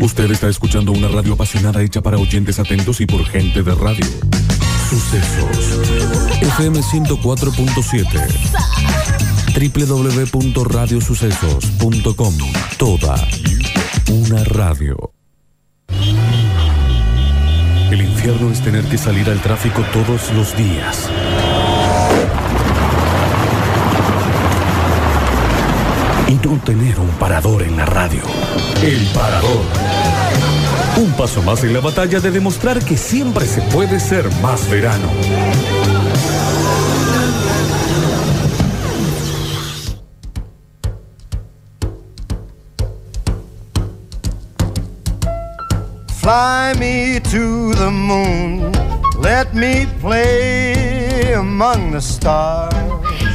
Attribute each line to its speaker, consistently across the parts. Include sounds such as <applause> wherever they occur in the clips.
Speaker 1: Usted está escuchando una radio apasionada hecha para oyentes atentos y por gente de radio. Sucesos. FM 104.7. www.radiosucesos.com. Toda una radio. El infierno es tener que salir al tráfico todos los días. y no tener un parador en la radio. El parador. Un paso más en la batalla de demostrar que siempre se puede ser más verano.
Speaker 2: Fly me to the moon, let me play among the stars.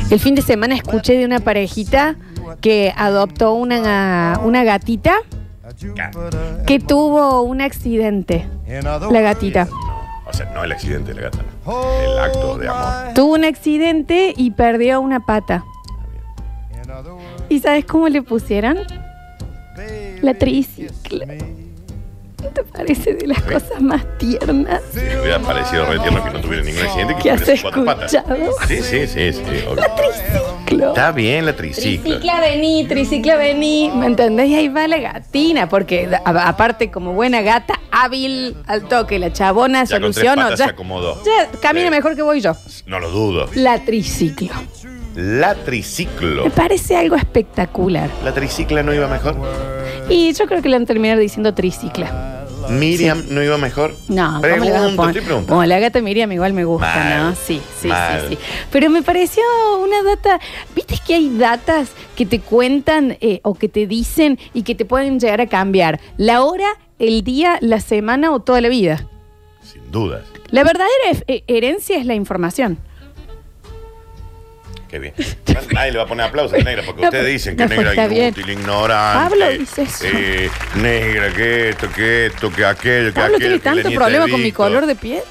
Speaker 3: El fin de semana escuché de una parejita que adoptó una, una gatita que tuvo un accidente. La gatita.
Speaker 4: O sea, no el accidente de la gata, no. el acto
Speaker 2: oh,
Speaker 4: de amor.
Speaker 3: Tuvo un accidente y perdió una pata. ¿Y sabes cómo le pusieron? La tricicla. ¿No te parece de las cosas más tiernas
Speaker 4: Si le hubiera parecido re tierno que no tuviera ningún accidente, que
Speaker 3: que has
Speaker 4: tuviera sus cuatro patas.
Speaker 3: escuchado?
Speaker 4: Sí, sí, sí, sí. obvio.
Speaker 3: La triciclo.
Speaker 4: Está bien la tricicla.
Speaker 3: Tricicla vení, tricicla vení, ¿me entendés? Y ahí va la gatina, porque da- a- aparte como buena gata, hábil al toque, la chabona
Speaker 4: Ya con tres
Speaker 3: solucionó.
Speaker 4: patas
Speaker 3: Ya,
Speaker 4: se acomodó.
Speaker 3: ya camina
Speaker 4: Sí.
Speaker 3: mejor que voy yo.
Speaker 4: No lo dudo.
Speaker 3: La triciclo.
Speaker 4: La
Speaker 3: Me
Speaker 4: triciclo.
Speaker 3: parece algo espectacular.
Speaker 4: La tricicla no iba mejor.
Speaker 3: Y yo creo que le han terminado diciendo tricicla.
Speaker 4: Miriam no iba mejor.
Speaker 3: No, ¿cómo le vas a
Speaker 4: pregunto,
Speaker 3: poner?
Speaker 4: estoy preguntando.
Speaker 3: Como la gata Miriam igual me gusta,
Speaker 4: Mal.
Speaker 3: ¿no? Sí, sí,
Speaker 4: Mal.
Speaker 3: sí, sí. Pero me pareció una data. ¿Viste que hay datas que te cuentan eh, o que te dicen y que te pueden llegar a cambiar? La hora, el día, la semana o toda la vida.
Speaker 4: Sin dudas.
Speaker 3: La verdadera he- eh, herencia es la información.
Speaker 4: Qué bien. Nadie le va a poner aplausos a Negra porque
Speaker 3: No,
Speaker 4: ustedes
Speaker 3: pero-
Speaker 4: dicen que
Speaker 3: no,
Speaker 4: Negra
Speaker 3: está
Speaker 4: es inútil, ignorante.
Speaker 3: Pablo dice eso.
Speaker 4: eh, negra, que esto, que esto, que aquello, que
Speaker 3: Pablo
Speaker 4: aquello.
Speaker 3: tiene
Speaker 4: que la
Speaker 3: tanto
Speaker 4: nieta
Speaker 3: problema con mi
Speaker 4: Vito,
Speaker 3: color de piel.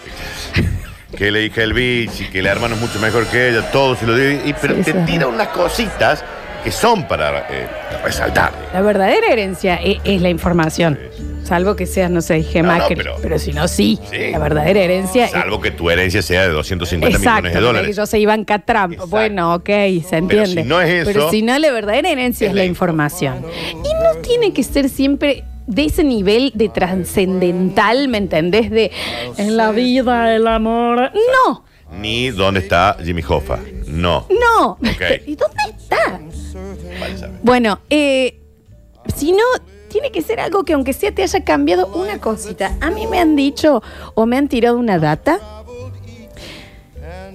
Speaker 4: Que le dije el bichi, que el hermano es mucho mejor que ella, todo se lo digo. Y, pero
Speaker 3: Sí,
Speaker 4: te
Speaker 3: eso es
Speaker 4: tira unas cositas que son para eh, resaltar.
Speaker 3: La verdadera herencia e- es, la información.
Speaker 4: Sí, sí,
Speaker 3: Salvo que seas, no sé, dije
Speaker 4: No, no,
Speaker 3: Macri.
Speaker 4: pero-
Speaker 3: pero, si no, sí.
Speaker 4: Sí.
Speaker 3: La verdadera herencia es
Speaker 4: Salvo que tu herencia sea de 250
Speaker 3: Eh. Exacto,
Speaker 4: millones de
Speaker 3: pero
Speaker 4: dólares.
Speaker 3: que yo soy Ivanka Trump.
Speaker 4: Exacto.
Speaker 3: Bueno, ok, se entiende.
Speaker 4: si no es eso-
Speaker 3: Pero si no, la verdadera herencia es la información. Y no tiene que ser siempre de ese nivel de trascendental, ¿me entendés? De en la vida, el amor. No,
Speaker 4: Ni dónde está Jimmy Hoffa. No.
Speaker 3: no.
Speaker 4: Ok.
Speaker 3: <laughs> ¿Y dónde está?
Speaker 4: Vale, sabe.
Speaker 3: Bueno, eh, si no, tiene que ser algo que aunque sea te haya cambiado una cosita. A mí me han dicho o me han tirado una data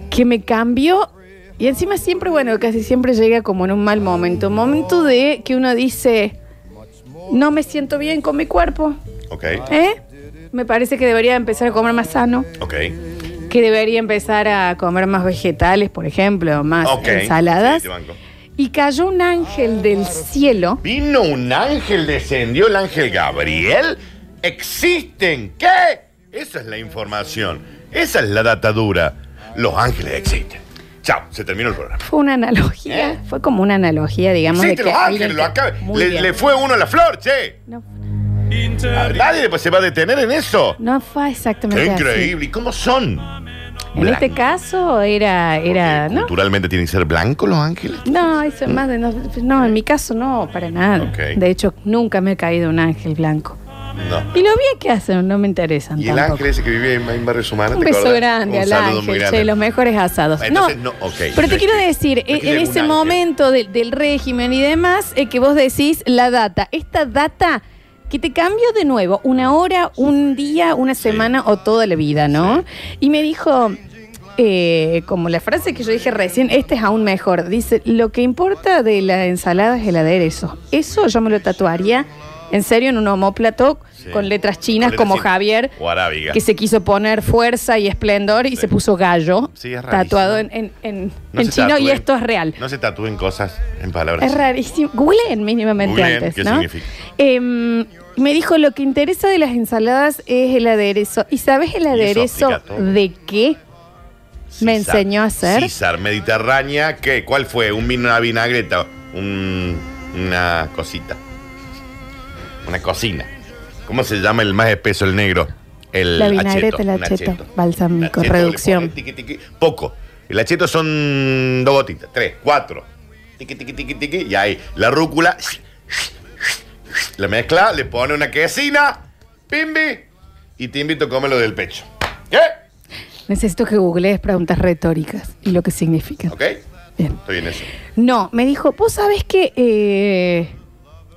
Speaker 3: que me cambió y encima siempre, bueno, casi siempre llega como en un mal momento. Un momento de que uno dice, no me siento bien con mi cuerpo,
Speaker 4: Ok.
Speaker 3: ¿eh? Me parece que debería empezar a comer más sano,
Speaker 4: Ok.
Speaker 3: que debería empezar a comer más vegetales, por ejemplo, más
Speaker 4: Ok.
Speaker 3: ensaladas.
Speaker 4: Sí, te banco.
Speaker 3: y cayó un ángel del cielo.
Speaker 4: Vino un ángel, descendió el ángel Gabriel. ¿Existen? ¿Qué? Esa es la información. Esa es la data dura. Los ángeles existen. Chao, se terminó el programa.
Speaker 3: Fue una analogía,
Speaker 4: ¿Eh?
Speaker 3: fue como una analogía, digamos. de
Speaker 4: Existen los
Speaker 3: que alguien
Speaker 4: ángeles, lo
Speaker 3: te-
Speaker 4: acaba.
Speaker 3: Muy
Speaker 4: Le,
Speaker 3: bien.
Speaker 4: le fue uno a la flor, che.
Speaker 3: no,
Speaker 4: A Nadie pues, se va a detener en eso.
Speaker 3: no fue exactamente
Speaker 4: Qué
Speaker 3: así.
Speaker 4: increíble. ¿Y cómo son?
Speaker 3: En este caso era, era,
Speaker 4: Porque
Speaker 3: ¿no?
Speaker 4: Culturalmente tienen que ser blancos los ángeles.
Speaker 3: No, eso es más de no, no, en mi caso no, para nada.
Speaker 4: Ok.
Speaker 3: De hecho, nunca me ha caído un ángel blanco.
Speaker 4: No.
Speaker 3: Y lo vi que hacen, no me interesan
Speaker 4: Y el
Speaker 3: tampoco.
Speaker 4: ángel ese que vivía en, en Barrio Sumana,
Speaker 3: un
Speaker 4: ¿te
Speaker 3: beso
Speaker 4: acordás?
Speaker 3: grande
Speaker 4: Un
Speaker 3: al
Speaker 4: saludo
Speaker 3: ángel,
Speaker 4: muy
Speaker 3: che,
Speaker 4: grande.
Speaker 3: los mejores asados.
Speaker 4: Entonces, no, ok.
Speaker 3: Pero
Speaker 4: No
Speaker 3: te
Speaker 4: es
Speaker 3: quiero
Speaker 4: que-
Speaker 3: decir,
Speaker 4: no es que
Speaker 3: en
Speaker 4: llegó un
Speaker 3: ese
Speaker 4: ángel.
Speaker 3: momento del- del régimen y demás, eh, que vos decís la data, esta data que te cambió de nuevo, una hora, un día, una semana o toda la vida, ¿no? Y me dijo, eh, como la frase que yo dije recién, esta es aún mejor, dice, lo que importa de la ensalada es el aderezo. Eso yo me lo tatuaría. En serio, en un homóplato
Speaker 4: Sí.
Speaker 3: con letras chinas
Speaker 4: Con letras
Speaker 3: como
Speaker 4: chinas.
Speaker 3: Javier,
Speaker 4: O arábiga.
Speaker 3: que se quiso poner fuerza y esplendor y se puso gallo
Speaker 4: Sí, es rarísimo.
Speaker 3: tatuado en, en- en-
Speaker 4: No
Speaker 3: en
Speaker 4: se
Speaker 3: chino y
Speaker 4: tatúen-
Speaker 3: esto es real.
Speaker 4: No se tatúen cosas en palabras.
Speaker 3: es rarísimo. Googleen mínimamente
Speaker 4: Googleen,
Speaker 3: antes,
Speaker 4: ¿qué
Speaker 3: ¿no?
Speaker 4: significa?
Speaker 3: Em, me dijo, lo que interesa de las ensaladas es el aderezo. ¿Y sabes el
Speaker 4: eso
Speaker 3: aderezo
Speaker 4: aplica todo.
Speaker 3: de qué? me enseñó a hacer.
Speaker 4: César mediterránea, ¿qué? ¿Cuál fue? Un vino, una vinagreta, un- una cosita. Una cocina. ¿Cómo se llama el más espeso, el negro? El
Speaker 3: La vinagreta, el acheto, balsámico,
Speaker 4: El acheto le
Speaker 3: reducción.
Speaker 4: pone tiqui, tiqui, poco. El acheto son dos gotitas, tres, cuatro. Tiqui, tiqui, tiqui, tiqui, y ahí la rúcula. La mezcla, le pone una quesina, pimbi, y te invito a comerlo del pecho. ¿Eh? ¿Qué?
Speaker 3: Necesito que googlees preguntas retóricas y lo que significan.
Speaker 4: ¿Ok?
Speaker 3: Bien.
Speaker 4: Estoy en eso.
Speaker 3: No, me dijo, vos sabés que, eh,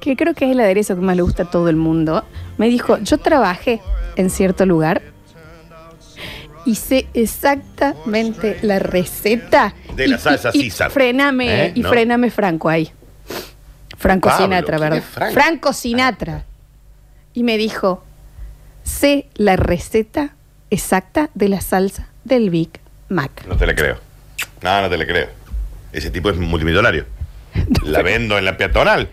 Speaker 3: que creo que es el aderezo que más le gusta a todo el mundo. Me dijo, yo trabajé en cierto lugar y sé exactamente la receta.
Speaker 4: De
Speaker 3: Y-
Speaker 4: la salsa
Speaker 3: y- y
Speaker 4: César.
Speaker 3: Frename,
Speaker 4: ¿Eh?
Speaker 3: y
Speaker 4: ¿No?
Speaker 3: frename Franco ahí. Franco
Speaker 4: Pablo,
Speaker 3: Sinatra,
Speaker 4: ¿quién
Speaker 3: ¿verdad?
Speaker 4: es Franco? Ah.
Speaker 3: Franco Sinatra. Y me dijo, sé la receta exacta de la salsa del Big Mac.
Speaker 4: No te la creo. No, no te la creo. Ese tipo es multimillonario. La vendo en la peatonal.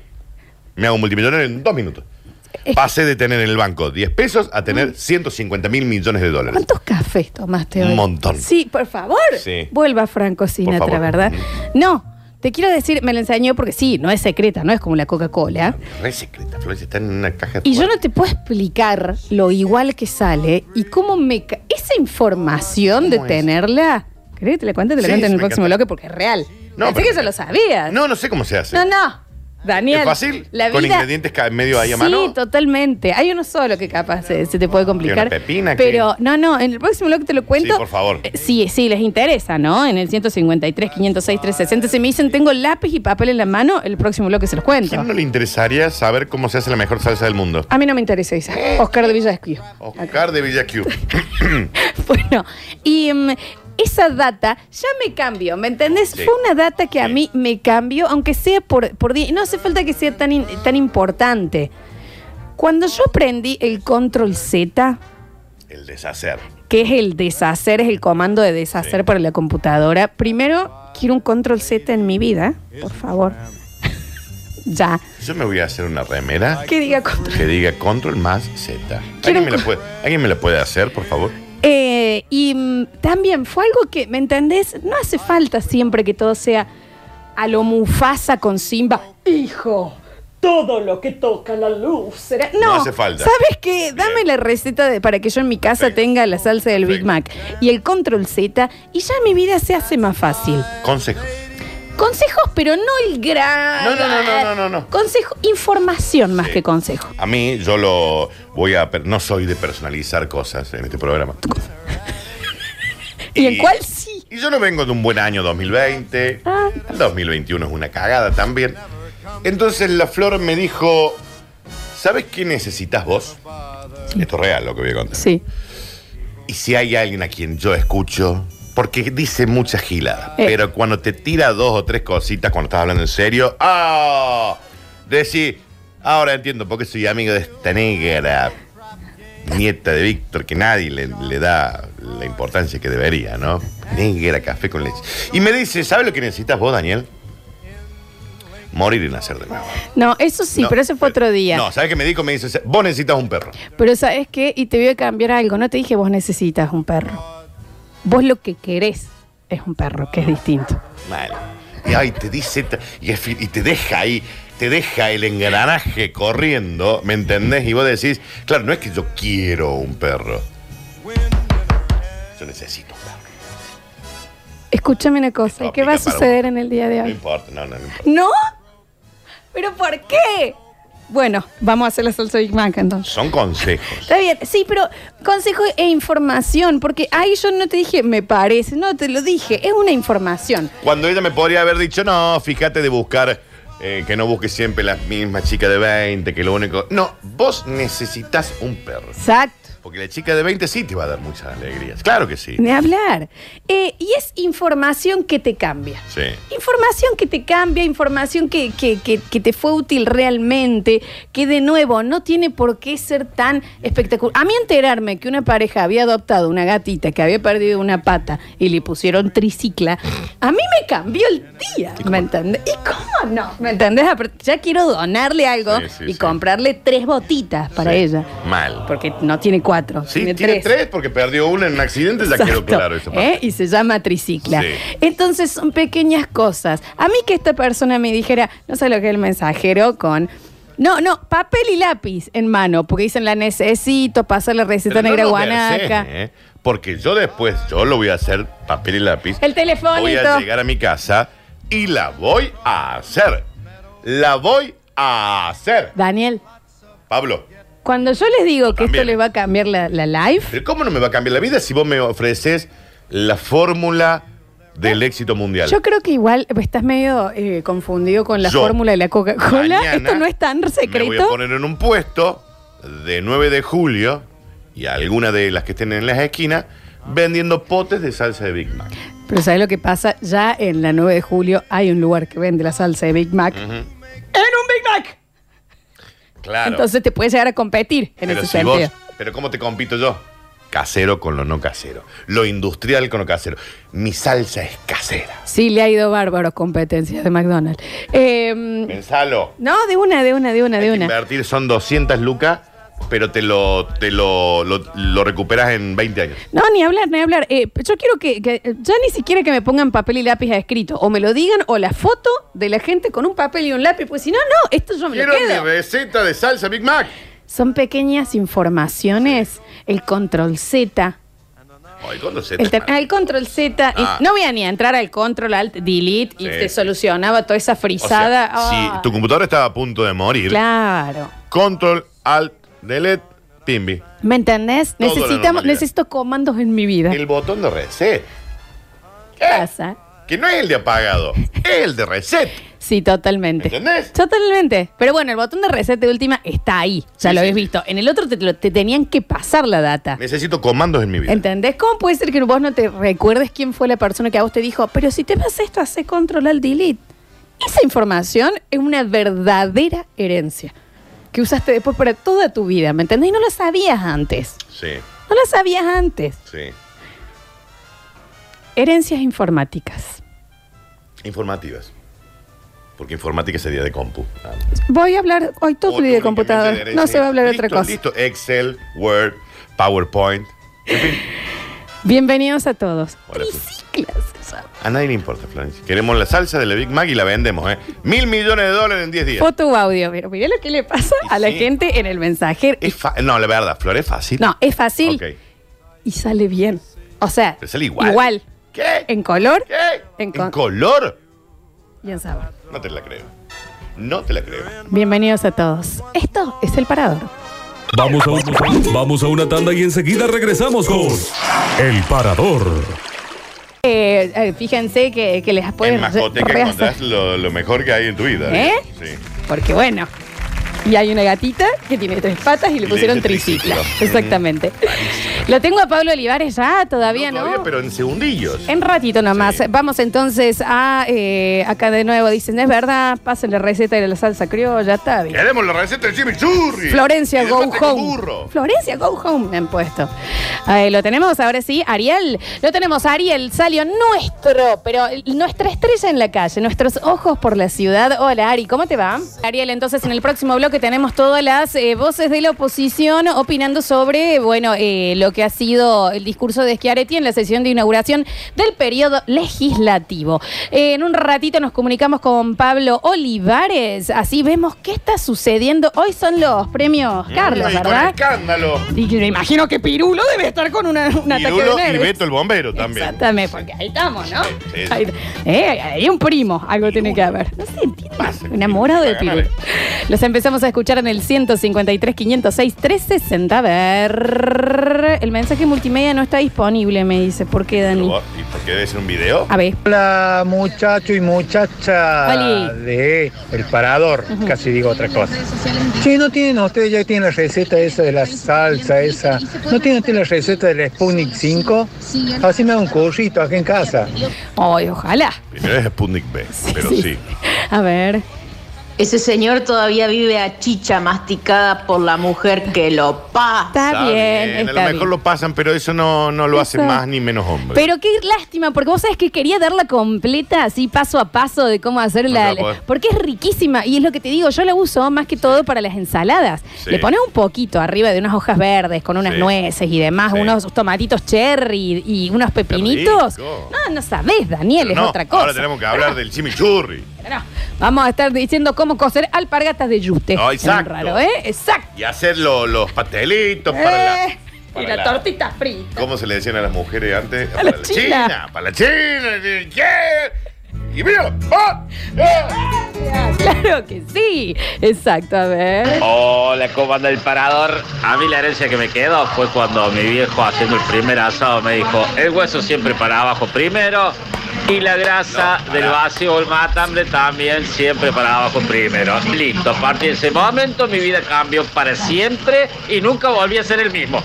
Speaker 4: Me hago multimillonario en dos minutos. Pasé de tener en el banco 10 pesos a tener 150 mil millones de dólares.
Speaker 3: ¿Cuántos cafés tomaste hoy?
Speaker 4: Un montón.
Speaker 3: Sí, por favor.
Speaker 4: Sí.
Speaker 3: Vuelva Franco Sinatra,
Speaker 4: favor.
Speaker 3: ¿verdad? No, te quiero decir, me lo enseñó porque sí, no es secreta, no es como la Coca-Cola.
Speaker 4: Re secreta, Florencia, está en una caja.
Speaker 3: Y yo no te puedo explicar lo igual que sale y cómo me... ca- Esa información de
Speaker 4: ¿Cómo es?
Speaker 3: tenerla... ¿Querés que te la cuente? Te la
Speaker 4: Sí,
Speaker 3: cuento en
Speaker 4: me
Speaker 3: el próximo
Speaker 4: encanta.
Speaker 3: bloque porque es real.
Speaker 4: No,
Speaker 3: Pensé
Speaker 4: pero-
Speaker 3: que eso lo sabías.
Speaker 4: No, no sé cómo se hace.
Speaker 3: No, no. Daniel.
Speaker 4: ¿Es fácil?
Speaker 3: La vida...
Speaker 4: Con ingredientes ca- medio ahí a mano.
Speaker 3: Sí, totalmente. Hay uno solo que capaz se, se te puede complicar.
Speaker 4: ¿Qué, una pepina, qué?
Speaker 3: Pero no, no, en el próximo bloque te lo cuento.
Speaker 4: Sí, por favor.
Speaker 3: Eh, Sí, sí, les interesa, ¿no? En el 153, 506, 360. Si me dicen tengo lápiz y papel en la mano, el próximo bloque se los cuento.
Speaker 4: ¿Quién no le interesaría saber cómo se hace la mejor salsa del mundo?
Speaker 3: A mí no me interesa esa. Oscar de Villa Esquío.
Speaker 4: Oscar de Villa Q.
Speaker 3: <laughs> Bueno, y mm, esa data ya me cambió, ¿me entendés?
Speaker 4: Sí.
Speaker 3: Fue una data que a
Speaker 4: Sí.
Speaker 3: mí me cambió, aunque sea por, por día. No hace falta que sea tan, in- tan importante. Cuando yo aprendí el control Z,
Speaker 4: El deshacer.
Speaker 3: que es el deshacer, es el comando de deshacer
Speaker 4: Sí.
Speaker 3: para la computadora, primero quiero un control Z en mi vida, por favor. <laughs> ya.
Speaker 4: Yo me voy a hacer una remera
Speaker 3: Que diga control.
Speaker 4: que diga control más Z.
Speaker 3: Quiero-
Speaker 4: ¿Alguien me, la puede, ¿Alguien me la puede hacer, por favor?
Speaker 3: Eh, y mm, también fue algo que, ¿me entendés? No hace falta siempre que todo sea a lo Mufasa con Simba. Hijo, todo lo que toca la luz será... No,
Speaker 4: No hace falta.
Speaker 3: ¿Sabes qué? Dame
Speaker 4: Bien.
Speaker 3: la receta de- para que yo en mi casa
Speaker 4: Perfecto.
Speaker 3: tenga la salsa del Big
Speaker 4: Perfecto.
Speaker 3: Mac y el Control Z y ya mi vida se hace más fácil.
Speaker 4: Consejos.
Speaker 3: Consejos, pero no el gran...
Speaker 4: No, no, no, no, no, no, no.
Speaker 3: Consejo, información más
Speaker 4: Sí.
Speaker 3: que consejo.
Speaker 4: A mí, yo lo voy a. per- No soy de personalizar cosas en este programa.
Speaker 3: ¿Y en
Speaker 4: Y-
Speaker 3: cuál sí?
Speaker 4: Y yo no vengo de un buen año 2020.
Speaker 3: Ah.
Speaker 4: El 2021 es una cagada también. Entonces la flor me dijo: ¿Sabes qué necesitas vos? Esto es real lo que voy a contar.
Speaker 3: Sí.
Speaker 4: Y si hay alguien a quien yo escucho, porque dice mucha gilada,
Speaker 3: Eh.
Speaker 4: pero cuando te tira dos o tres cositas cuando estás hablando en serio, ¡ah! Decí, ahora entiendo por qué soy amigo de esta negra, nieta de Víctor, que nadie le, le da la importancia que debería, ¿no? Negra, café con leche. Y me dice, ¿sabes lo que necesitas vos, Daniel? Morir y nacer de nuevo.
Speaker 3: No, eso sí,
Speaker 4: No,
Speaker 3: pero ese fue otro día.
Speaker 4: No, ¿sabes qué me dijo? Me dice, vos necesitas un perro.
Speaker 3: Pero ¿sabes qué? Y te voy a cambiar algo. No te dije vos necesitas un perro. Vos lo que querés es un perro, que es distinto.
Speaker 4: Mal. Y ay, te dice, ta- y, es fi- y te deja ahí, te deja el engranaje corriendo, ¿me entendés? Y vos decís, claro, no es que yo quiero un perro. Yo necesito un perro.
Speaker 3: Escúchame una cosa. ¿y
Speaker 4: Esto
Speaker 3: ¿Qué va a
Speaker 4: aplica para
Speaker 3: suceder en el día de
Speaker 4: No
Speaker 3: hoy?
Speaker 4: importa, no, no, no importa.
Speaker 3: ¿No? ¿Pero por qué? Bueno, vamos a hacer la salsa Big Mac entonces.
Speaker 4: Son consejos.
Speaker 3: Está bien, sí, pero consejo e información, porque ahí yo no te dije, me parece, no te lo dije, es una información.
Speaker 4: Cuando ella me podría haber dicho, no, fíjate de buscar, eh, que no busques siempre las mismas chicas de 20, que lo único. No, vos necesitas un perro.
Speaker 3: Exacto.
Speaker 4: Porque la chica de 20 sí te va a dar muchas alegrías. Claro que sí.
Speaker 3: De hablar. Eh, y es información que te cambia.
Speaker 4: Sí.
Speaker 3: Información que te cambia, información que, que- que- que te fue útil realmente, que de nuevo no tiene por qué ser tan espectacular. A mí enterarme que una pareja había adoptado una gatita que había perdido una pata y le pusieron tricicla, a mí me cambió el día, ¿me entendés? ¿Y cómo no? ¿Me entendés? Aparte, Ya quiero donarle algo
Speaker 4: Sí, sí,
Speaker 3: y
Speaker 4: sí.
Speaker 3: comprarle tres botitas para
Speaker 4: Sí.
Speaker 3: ella.
Speaker 4: Mal.
Speaker 3: Porque no tiene cuatro,
Speaker 4: Sí, tiene, tres. porque perdió una en un accidente, ya quedó
Speaker 3: Exacto,
Speaker 4: claro eso.
Speaker 3: ¿eh? Y se llama tricicla.
Speaker 4: Sí.
Speaker 3: Entonces son pequeñas cosas. A mí que esta persona me dijera, no sé lo que es el mensajero con... No, no, papel y lápiz en mano, porque dicen la necesito, pasar la receta
Speaker 4: Pero no
Speaker 3: negra
Speaker 4: nos
Speaker 3: guanaca.
Speaker 4: versé, ¿eh? Porque yo después, yo lo voy a hacer papel y lápiz.
Speaker 3: El telefonito.
Speaker 4: Voy a llegar a mi casa y la voy a hacer. La voy a hacer.
Speaker 3: Daniel,
Speaker 4: Pablo,
Speaker 3: cuando yo les digo que
Speaker 4: También.
Speaker 3: esto les va a cambiar la, la life,
Speaker 4: ¿pero ¿cómo no me va a cambiar la vida si vos me ofreces la fórmula del éxito mundial?
Speaker 3: yo creo que igual estás medio eh, confundido con la
Speaker 4: Yo.
Speaker 3: fórmula de la Coca-Cola.
Speaker 4: Mañana
Speaker 3: Esto no es tan
Speaker 4: Me voy a
Speaker 3: secreto.
Speaker 4: poner en un puesto de 9 de julio y alguna de las que estén en las esquinas vendiendo potes de salsa de Big Mac.
Speaker 3: Pero ¿sabes lo que pasa? Ya en la 9 de julio hay un lugar que vende la salsa de Big Mac. ¡En un Big Mac!
Speaker 4: Claro.
Speaker 3: Entonces te puedes llegar a competir en
Speaker 4: pero
Speaker 3: ese
Speaker 4: si
Speaker 3: sentido.
Speaker 4: vos- pero ¿cómo te compito yo? Casero con lo no casero. Lo industrial con lo casero. Mi salsa es casera.
Speaker 3: Sí, le ha ido bárbaro competencia de McDonald's. Eh,
Speaker 4: Pensalo.
Speaker 3: no, de una, de una, de una,
Speaker 4: Hay
Speaker 3: de
Speaker 4: que
Speaker 3: una.
Speaker 4: invertir son 200 lucas, pero te lo, te lo, lo, lo recuperas en 20 años.
Speaker 3: No, ni hablar, ni hablar. Eh, yo quiero que, que- ya ni siquiera que me pongan papel y lápiz a escrito. O me lo digan, o la foto de la gente con un papel y un lápiz. Pues si no, no, esto yo me
Speaker 4: Quiero
Speaker 3: lo
Speaker 4: mi
Speaker 3: quedo.
Speaker 4: receta de salsa Big Mac.
Speaker 3: Son pequeñas informaciones. El control Z.
Speaker 4: Ay, ¿cuándo se
Speaker 3: El,
Speaker 4: te-
Speaker 3: ter- ah, el control Z. y-
Speaker 4: Ah.
Speaker 3: No voy a ni a entrar al control alt delete y
Speaker 4: Sí.
Speaker 3: te solucionaba toda esa
Speaker 4: O sea,
Speaker 3: frisada. Ah,
Speaker 4: Si tu computadora estaba a punto de morir,
Speaker 3: Claro.
Speaker 4: control, alt, delete, pimbi.
Speaker 3: ¿Me entendés?
Speaker 4: Todo la
Speaker 3: Necesitamos,
Speaker 4: normalidad.
Speaker 3: necesito comandos en mi vida.
Speaker 4: El botón de reset, Eh,
Speaker 3: ¿Qué pasa?
Speaker 4: que no es el
Speaker 3: <laughs>
Speaker 4: de apagado, es el de reset.
Speaker 3: Sí, totalmente.
Speaker 4: ¿Entendés?
Speaker 3: Totalmente. Pero bueno, el botón de reset de última está ahí. Ya lo
Speaker 4: Sí, sí,
Speaker 3: habéis
Speaker 4: sí.
Speaker 3: visto. En el otro te, lo- te tenían que pasar la data.
Speaker 4: Necesito comandos en mi vida.
Speaker 3: ¿Entendés? ¿Cómo puede ser que vos no te recuerdes quién fue la persona que a vos te dijo, pero si te pasa esto, hace control al delete? Esa información es una verdadera herencia que usaste después para toda tu vida, ¿me entendés? Y no la sabías antes.
Speaker 4: Sí,
Speaker 3: No la sabías antes.
Speaker 4: sí.
Speaker 3: Herencias informáticas.
Speaker 4: Informativas. Porque informática sería de compu. Ah.
Speaker 3: Voy a hablar hoy todo
Speaker 4: Otro
Speaker 3: el día de
Speaker 4: únicamente
Speaker 3: computadora.
Speaker 4: de
Speaker 3: No se va a hablar de
Speaker 4: listo,
Speaker 3: otra cosa.
Speaker 4: Listo, Excel, Word, PowerPoint.
Speaker 3: Bienvenidos a todos.
Speaker 4: Hola, Susi.
Speaker 3: Triciclas. esa
Speaker 4: A nadie le importa, Florencia. Queremos la salsa de la Big Mac y la vendemos, ¿eh? Mil millones de dólares en 10 días.
Speaker 3: Foto o audio. Pero mirá lo que le pasa
Speaker 4: Y
Speaker 3: a la
Speaker 4: sí.
Speaker 3: gente en el mensaje.
Speaker 4: Es fa- no, la verdad, Flor, es fácil.
Speaker 3: No, es fácil
Speaker 4: Ok.
Speaker 3: y sale bien. O sea,
Speaker 4: Pero sale igual.
Speaker 3: Igual.
Speaker 4: ¿Qué?
Speaker 3: En color
Speaker 4: ¿Qué?
Speaker 3: en
Speaker 4: ¿En,
Speaker 3: con-
Speaker 4: color?
Speaker 3: y en sabor.
Speaker 4: No te la creo. No te la creo.
Speaker 3: Bienvenidos a todos. Esto es El Parador.
Speaker 1: Vamos a, un- vamos a una tanda y enseguida regresamos con El Parador.
Speaker 3: Eh, eh, fíjense que, que les pueden
Speaker 4: en Mascoteca
Speaker 3: re- rehacer.
Speaker 4: encontrás lo, lo mejor que hay en tu vida.
Speaker 3: ¿Eh?
Speaker 4: Sí.
Speaker 3: Porque bueno. Y hay una gatita que tiene tres patas y le
Speaker 4: Y le
Speaker 3: pusieron
Speaker 4: dice
Speaker 3: tricicla. <laughs>
Speaker 4: tricicla.
Speaker 3: Exactamente. Lo tengo a Pablo Olivares ya, todavía no.
Speaker 4: Todavía, pero en segundillos.
Speaker 3: En ratito nomás.
Speaker 4: Sí.
Speaker 3: Vamos entonces a. eh, acá de nuevo dicen, es verdad, pasen la receta de la salsa criolla, está bien.
Speaker 4: Queremos la receta del chimichurri.
Speaker 3: Florencia
Speaker 4: Y del
Speaker 3: Go
Speaker 4: mate con
Speaker 3: Home.
Speaker 4: este burro.
Speaker 3: Florencia Go Home me han puesto. Ahí lo tenemos ahora sí, Ariel. Lo tenemos, Ariel. Salió nuestro, pero nuestra estrella en la calle, nuestros ojos por la ciudad. Hola, Ari, ¿cómo te va? Ariel, entonces en el próximo bloque tenemos todas las eh, voces de la oposición opinando sobre, bueno, eh, lo que ha sido el discurso de Schiaretti en la sesión de inauguración del periodo legislativo. Eh, en un ratito nos comunicamos con Pablo Olivares. Así vemos qué está sucediendo. Hoy son los premios Carlos,
Speaker 4: Mm, y con
Speaker 3: ¿verdad?
Speaker 4: escándalo.
Speaker 3: Y que me imagino que Pirulo debe estar con una, un ataque de
Speaker 4: Pirulo y
Speaker 3: nervios.
Speaker 4: Beto el bombero también.
Speaker 3: Exactamente, porque ahí estamos, ¿no?
Speaker 4: Sí, sí, sí.
Speaker 3: Ahí, eh, hay un primo, algo tiene que haber. No sé,
Speaker 4: Pasa,
Speaker 3: tiene- enamorado de
Speaker 4: Pirulo,
Speaker 3: Pirulo.
Speaker 4: para
Speaker 3: Los empezamos a escuchar en el 153, 506, 360. A ver, el mensaje multimedia no está disponible, me dice. ¿Por qué,
Speaker 4: Pero
Speaker 3: Dani?
Speaker 4: vos, ¿Y por qué debe ser un video?
Speaker 3: A ver,
Speaker 5: Hola muchachos y muchachas
Speaker 3: Oli.
Speaker 5: de El Parador, casi digo otra cosa. Sí, no tienen, ustedes ya tienen la receta esa de la salsa esa. ¿No tienen ustedes la receta del Sputnik 5? Así me hago un currito acá en casa.
Speaker 3: ay, ojalá.
Speaker 4: Primero es Sputnik B, pero
Speaker 3: sí.
Speaker 4: sí.
Speaker 3: A ver.
Speaker 6: Ese señor todavía vive a chicha masticada por la mujer que lo pa.
Speaker 3: Está, bien,
Speaker 4: A
Speaker 3: está
Speaker 4: lo mejor
Speaker 3: bien.
Speaker 4: lo pasan, pero eso no, no lo hace
Speaker 3: Eso.
Speaker 4: más ni menos hombre.
Speaker 3: Pero qué lástima, porque vos sabés que quería darla completa, así paso a paso, de cómo
Speaker 4: No
Speaker 3: hacerla.
Speaker 4: se va a poder.
Speaker 3: porque es riquísima, y es lo que te digo, yo la uso más que todo para las ensaladas.
Speaker 4: Sí.
Speaker 3: Le pones un poquito arriba de unas hojas verdes, con unas
Speaker 4: Sí.
Speaker 3: nueces y demás,
Speaker 4: Sí.
Speaker 3: unos tomatitos cherry y unos pepinitos.
Speaker 4: rico.
Speaker 3: No, no sabés, Daniel,
Speaker 4: Pero
Speaker 3: es
Speaker 4: no,
Speaker 3: otra cosa.
Speaker 4: Ahora tenemos que hablar del chimichurri.
Speaker 3: No, Vamos a estar diciendo cómo coser alpargatas de yute.
Speaker 4: No,
Speaker 3: Es
Speaker 4: exacto.
Speaker 3: raro, ¿eh? Exacto.
Speaker 4: Y hacer lo- los pastelitos para la.
Speaker 3: Eh,
Speaker 4: para
Speaker 3: y la, tortita frita.
Speaker 4: ¿Cómo se le decían a las mujeres antes?
Speaker 3: A la
Speaker 4: Para
Speaker 3: china.
Speaker 4: Para la china. ¿Qué? Y mira. ¡Ah! ¡Ah!
Speaker 3: Eh, Claro que sí. Exacto, a ver.
Speaker 7: Hola, ¿cómo anda el parador? A mí la herencia que me quedó fue cuando mi viejo haciendo el primer asado me dijo, el hueso siempre para abajo primero y la grasa
Speaker 4: No,
Speaker 7: del
Speaker 4: pará.
Speaker 7: vacío o el matambre también siempre para abajo primero. Listo, a partir de ese momento mi vida cambió para siempre y nunca volví a ser el mismo.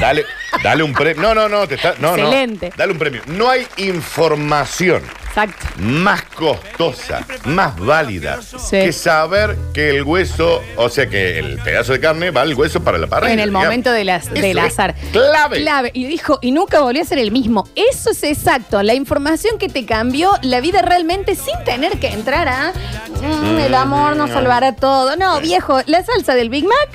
Speaker 4: Dale, dale un premio. No, no, no, te está. No, no.
Speaker 3: Excelente.
Speaker 4: Dale un premio. No hay información
Speaker 3: Exacto.
Speaker 4: más costosa, más válida
Speaker 3: Sí.
Speaker 4: que saber que el hueso, o sea que el pedazo de carne va al hueso para la parrilla.
Speaker 3: En el
Speaker 4: digamos.
Speaker 3: momento de las,
Speaker 4: Eso
Speaker 3: del
Speaker 4: es
Speaker 3: azar.
Speaker 4: Clave.
Speaker 3: Clave. Y dijo, y nunca volvió a ser el mismo. Eso es exacto. La información que te cambió la vida realmente sin tener que entrar a. "Mm, el amor nos salvará
Speaker 4: mm.
Speaker 3: todo. No, viejo, la salsa del Big Mac,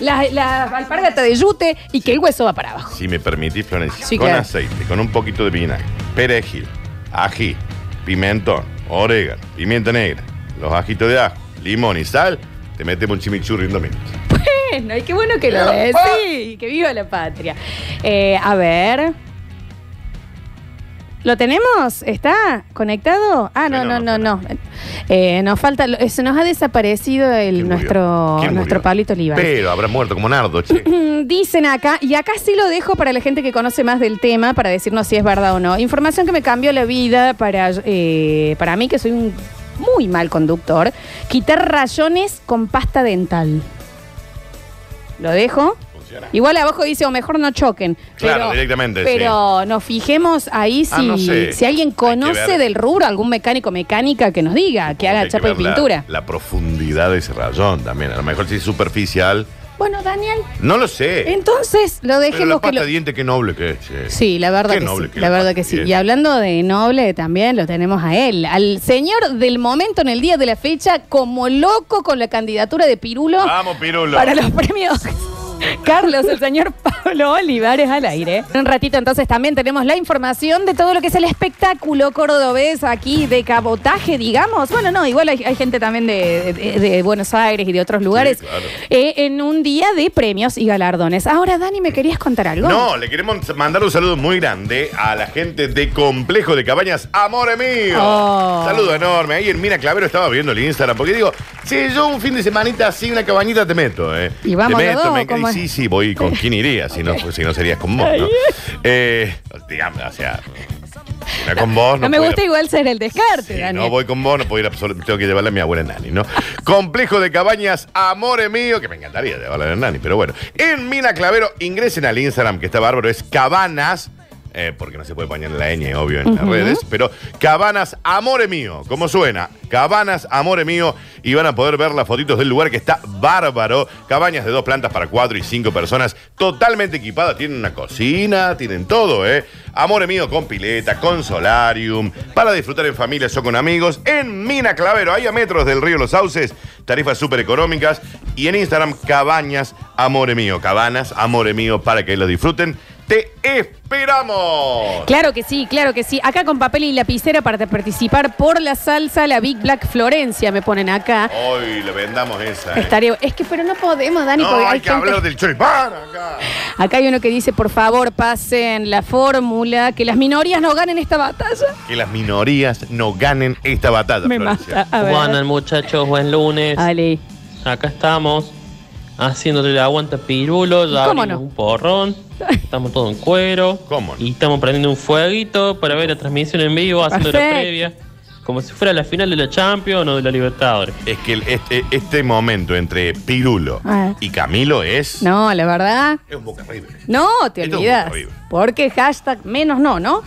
Speaker 3: la, la alpargata de yute y que el hueso va para abajo.
Speaker 4: Si me permitís, Florencia,
Speaker 3: Sí,
Speaker 4: con
Speaker 3: claro.
Speaker 4: aceite, con un poquito de vinagre, perejil, ají, pimentón, orégano, pimienta negra, los ajitos de ajo, limón y sal, te metemos un chimichurri en dos minutos.
Speaker 3: Bueno, y qué bueno que lo
Speaker 4: Viva la
Speaker 3: ves. Sí, que viva la patria. Eh, a ver. ¿Lo tenemos? ¿Está conectado? Ah, no,
Speaker 4: Sí,
Speaker 3: no,
Speaker 4: no,
Speaker 3: no,
Speaker 4: no,
Speaker 3: no. Eh, nos falta, lo- se nos ha desaparecido el
Speaker 4: ¿Quién murió?
Speaker 3: nuestro,
Speaker 4: ¿Quién
Speaker 3: nuestro
Speaker 4: murió?
Speaker 3: Pablito Olivas.
Speaker 4: Pero habrá muerto como Nardo,
Speaker 3: <laughs>
Speaker 4: che.
Speaker 3: Mm, Dicen acá, y acá sí lo dejo para la gente que conoce más del tema, para decirnos si es verdad o no. Información que me cambió la vida para, eh, para mí, que soy un muy mal conductor. Quitar rayones con pasta dental. Lo dejo.
Speaker 4: Funciona.
Speaker 3: Igual abajo dice, o mejor no choquen.
Speaker 4: Claro, directamente,
Speaker 3: Pero nos fijemos ahí si,
Speaker 4: Ah, no sé.
Speaker 3: si alguien
Speaker 4: Hay que ver.
Speaker 3: conoce del rubro, algún mecánico mecánica que nos diga, Ah, que haga
Speaker 4: Hay
Speaker 3: chapa de
Speaker 4: ver la-
Speaker 3: pintura.
Speaker 4: La, profundidad de ese rayón también. A lo mejor si es superficial.
Speaker 3: Bueno, Daniel,
Speaker 4: No lo sé.
Speaker 3: entonces lo
Speaker 4: Pero la
Speaker 3: dejemos que
Speaker 4: pasta
Speaker 3: lo...
Speaker 4: de diente, qué noble que es. che.
Speaker 3: Sí, la verdad
Speaker 4: Qué
Speaker 3: que
Speaker 4: noble
Speaker 3: sí.
Speaker 4: que
Speaker 3: la
Speaker 4: le
Speaker 3: verdad
Speaker 4: pase
Speaker 3: que sí.
Speaker 4: bien.
Speaker 3: Y hablando de noble, también lo tenemos a él, al señor del momento en el día de la fecha, como loco con la candidatura de Pirulo
Speaker 4: Vamos, Pirulo.
Speaker 3: para los premios. <laughs> Carlos, el señor Pablo Olivares al aire. En un ratito entonces también tenemos la información de todo lo que es el espectáculo cordobés aquí de cabotaje, digamos. Bueno, no, igual hay, hay gente también de, de- de Buenos Aires y de otros lugares
Speaker 4: claro.
Speaker 3: eh, en un día de premios y galardones. Ahora, Dani, ¿me querías contar algo?
Speaker 4: No, le queremos mandar un saludo muy grande a la gente de Complejo de Cabañas Amore Mío.
Speaker 3: Oh.
Speaker 4: Saludo enorme. Ahí en Mira Clavero estaba viendo el Instagram porque digo, si yo un fin de semanita así una cabañita te meto, ¿eh?
Speaker 3: Y vamos
Speaker 4: te
Speaker 3: los
Speaker 4: meto,
Speaker 3: dos,
Speaker 4: me-
Speaker 3: ¿o cómo
Speaker 4: y
Speaker 3: es?
Speaker 4: Sí, sí, voy con quién iría,
Speaker 3: <laughs>
Speaker 4: si, no, si no serías con vos, ¿no? Eh, digamos, o sea, si no es con vos
Speaker 3: No,
Speaker 4: no
Speaker 3: me
Speaker 4: puedo.
Speaker 3: gusta igual ser el descarte,
Speaker 4: Sí,
Speaker 3: Daniel.
Speaker 4: no voy con vos, no puedo ir absolutamente. Tengo que llevarle a mi abuela Nani, ¿no? Complejo de cabañas, amore mío, que me encantaría llevarle a Nani, pero bueno. En Mina Clavero, ingresen al Instagram, que está bárbaro, es cabanas. eh, porque no se puede poner la ñ, obvio, en las redes. Pero Cabanas Amore Mío, ¿cómo suena? Cabanas Amore Mío. Y van a poder ver las fotitos del lugar que está bárbaro. Cabañas de dos plantas para cuatro y cinco personas, totalmente equipadas. Tienen una cocina, tienen todo, ¿eh? Amore mío con pileta, con solarium, para disfrutar en familias o con amigos, en Mina Clavero, ahí a metros del río Los Sauces, tarifas súper económicas, y en Instagram, Cabañas Amore Mío, Cabanas Amore Mío, para que lo disfruten. ¡Te esperamos!
Speaker 3: Claro que sí, claro que sí. Acá con papel y lapicera para te- participar por la salsa, la Big Black Florencia me ponen acá.
Speaker 4: Hoy le vendamos esa. ¿eh?
Speaker 3: Estaría, es que, pero no podemos, Dani,
Speaker 4: No,
Speaker 3: porque hay
Speaker 4: hay que
Speaker 3: gente-
Speaker 4: hablar del choripán acá.
Speaker 3: Acá hay uno que dice, por favor, pasen la fórmula, que las minorías no ganen esta batalla.
Speaker 4: Que las minorías no ganen esta batalla.
Speaker 3: Me
Speaker 4: Florencia.
Speaker 3: mata. A ver.
Speaker 8: Juanan, muchachos, buen lunes.
Speaker 3: Ale.
Speaker 8: Acá estamos haciéndole la aguanta pirulo, ya
Speaker 3: ¿Cómo
Speaker 8: abrimos
Speaker 3: no?
Speaker 8: un
Speaker 3: <laughs>
Speaker 8: porrón, estamos todos en cuero
Speaker 4: ¿Cómo no?
Speaker 8: y estamos prendiendo un fueguito para ver la transmisión en vivo, haciendo
Speaker 3: Perfecto.
Speaker 8: la previa, como si fuera la final de la Champions o de la Libertadores.
Speaker 4: Es que el- este, este momento entre Pirulo
Speaker 3: Ah.
Speaker 4: y Camilo es.
Speaker 3: No, la verdad.
Speaker 4: Es un boca River.
Speaker 3: No, te
Speaker 4: Esto es
Speaker 3: olvidas.
Speaker 4: horrible.
Speaker 3: Porque hashtag menos no, ¿no?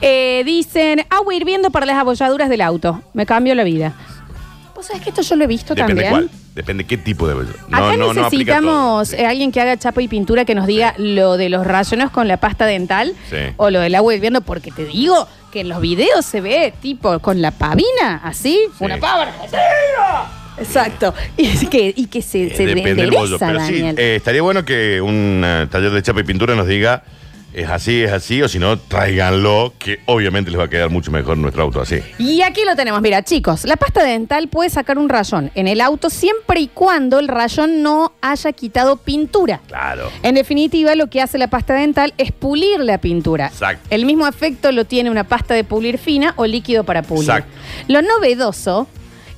Speaker 3: Eh, dicen, agua hirviendo para las abolladuras del auto. Me cambió la vida. ¿Vos sabés que esto yo lo he visto
Speaker 4: Depende
Speaker 3: también?
Speaker 4: cuál. Depende qué tipo de.
Speaker 3: Acá
Speaker 4: aplica todo.
Speaker 3: necesitamos eh, alguien que haga chapa y pintura que nos diga lo de los rayones con la pasta dental
Speaker 4: Sí.
Speaker 3: o lo del agua hirviendo, porque te digo que en los videos se ve tipo con la pavina, así,
Speaker 4: Sí.
Speaker 3: una pava argentina. Exacto. <laughs> Y, es que, y que se,
Speaker 4: Eh,
Speaker 3: se
Speaker 4: depende del bollo.
Speaker 3: desdereza,
Speaker 4: Pero sí,
Speaker 3: Daniel.
Speaker 4: eh, estaría bueno que un eh, taller de chapa y pintura nos diga es así, es así, o si no, tráiganlo, que obviamente les va a quedar mucho mejor nuestro auto así.
Speaker 3: Y aquí lo tenemos, mira, chicos, la pasta dental puede sacar un rayón en el auto siempre y cuando el rayón no haya quitado pintura.
Speaker 4: Claro.
Speaker 3: En definitiva, lo que hace la pasta dental es pulir la pintura.
Speaker 4: Exacto.
Speaker 3: El mismo efecto lo tiene una pasta de pulir fina o líquido para pulir.
Speaker 4: Exacto.
Speaker 3: Lo novedoso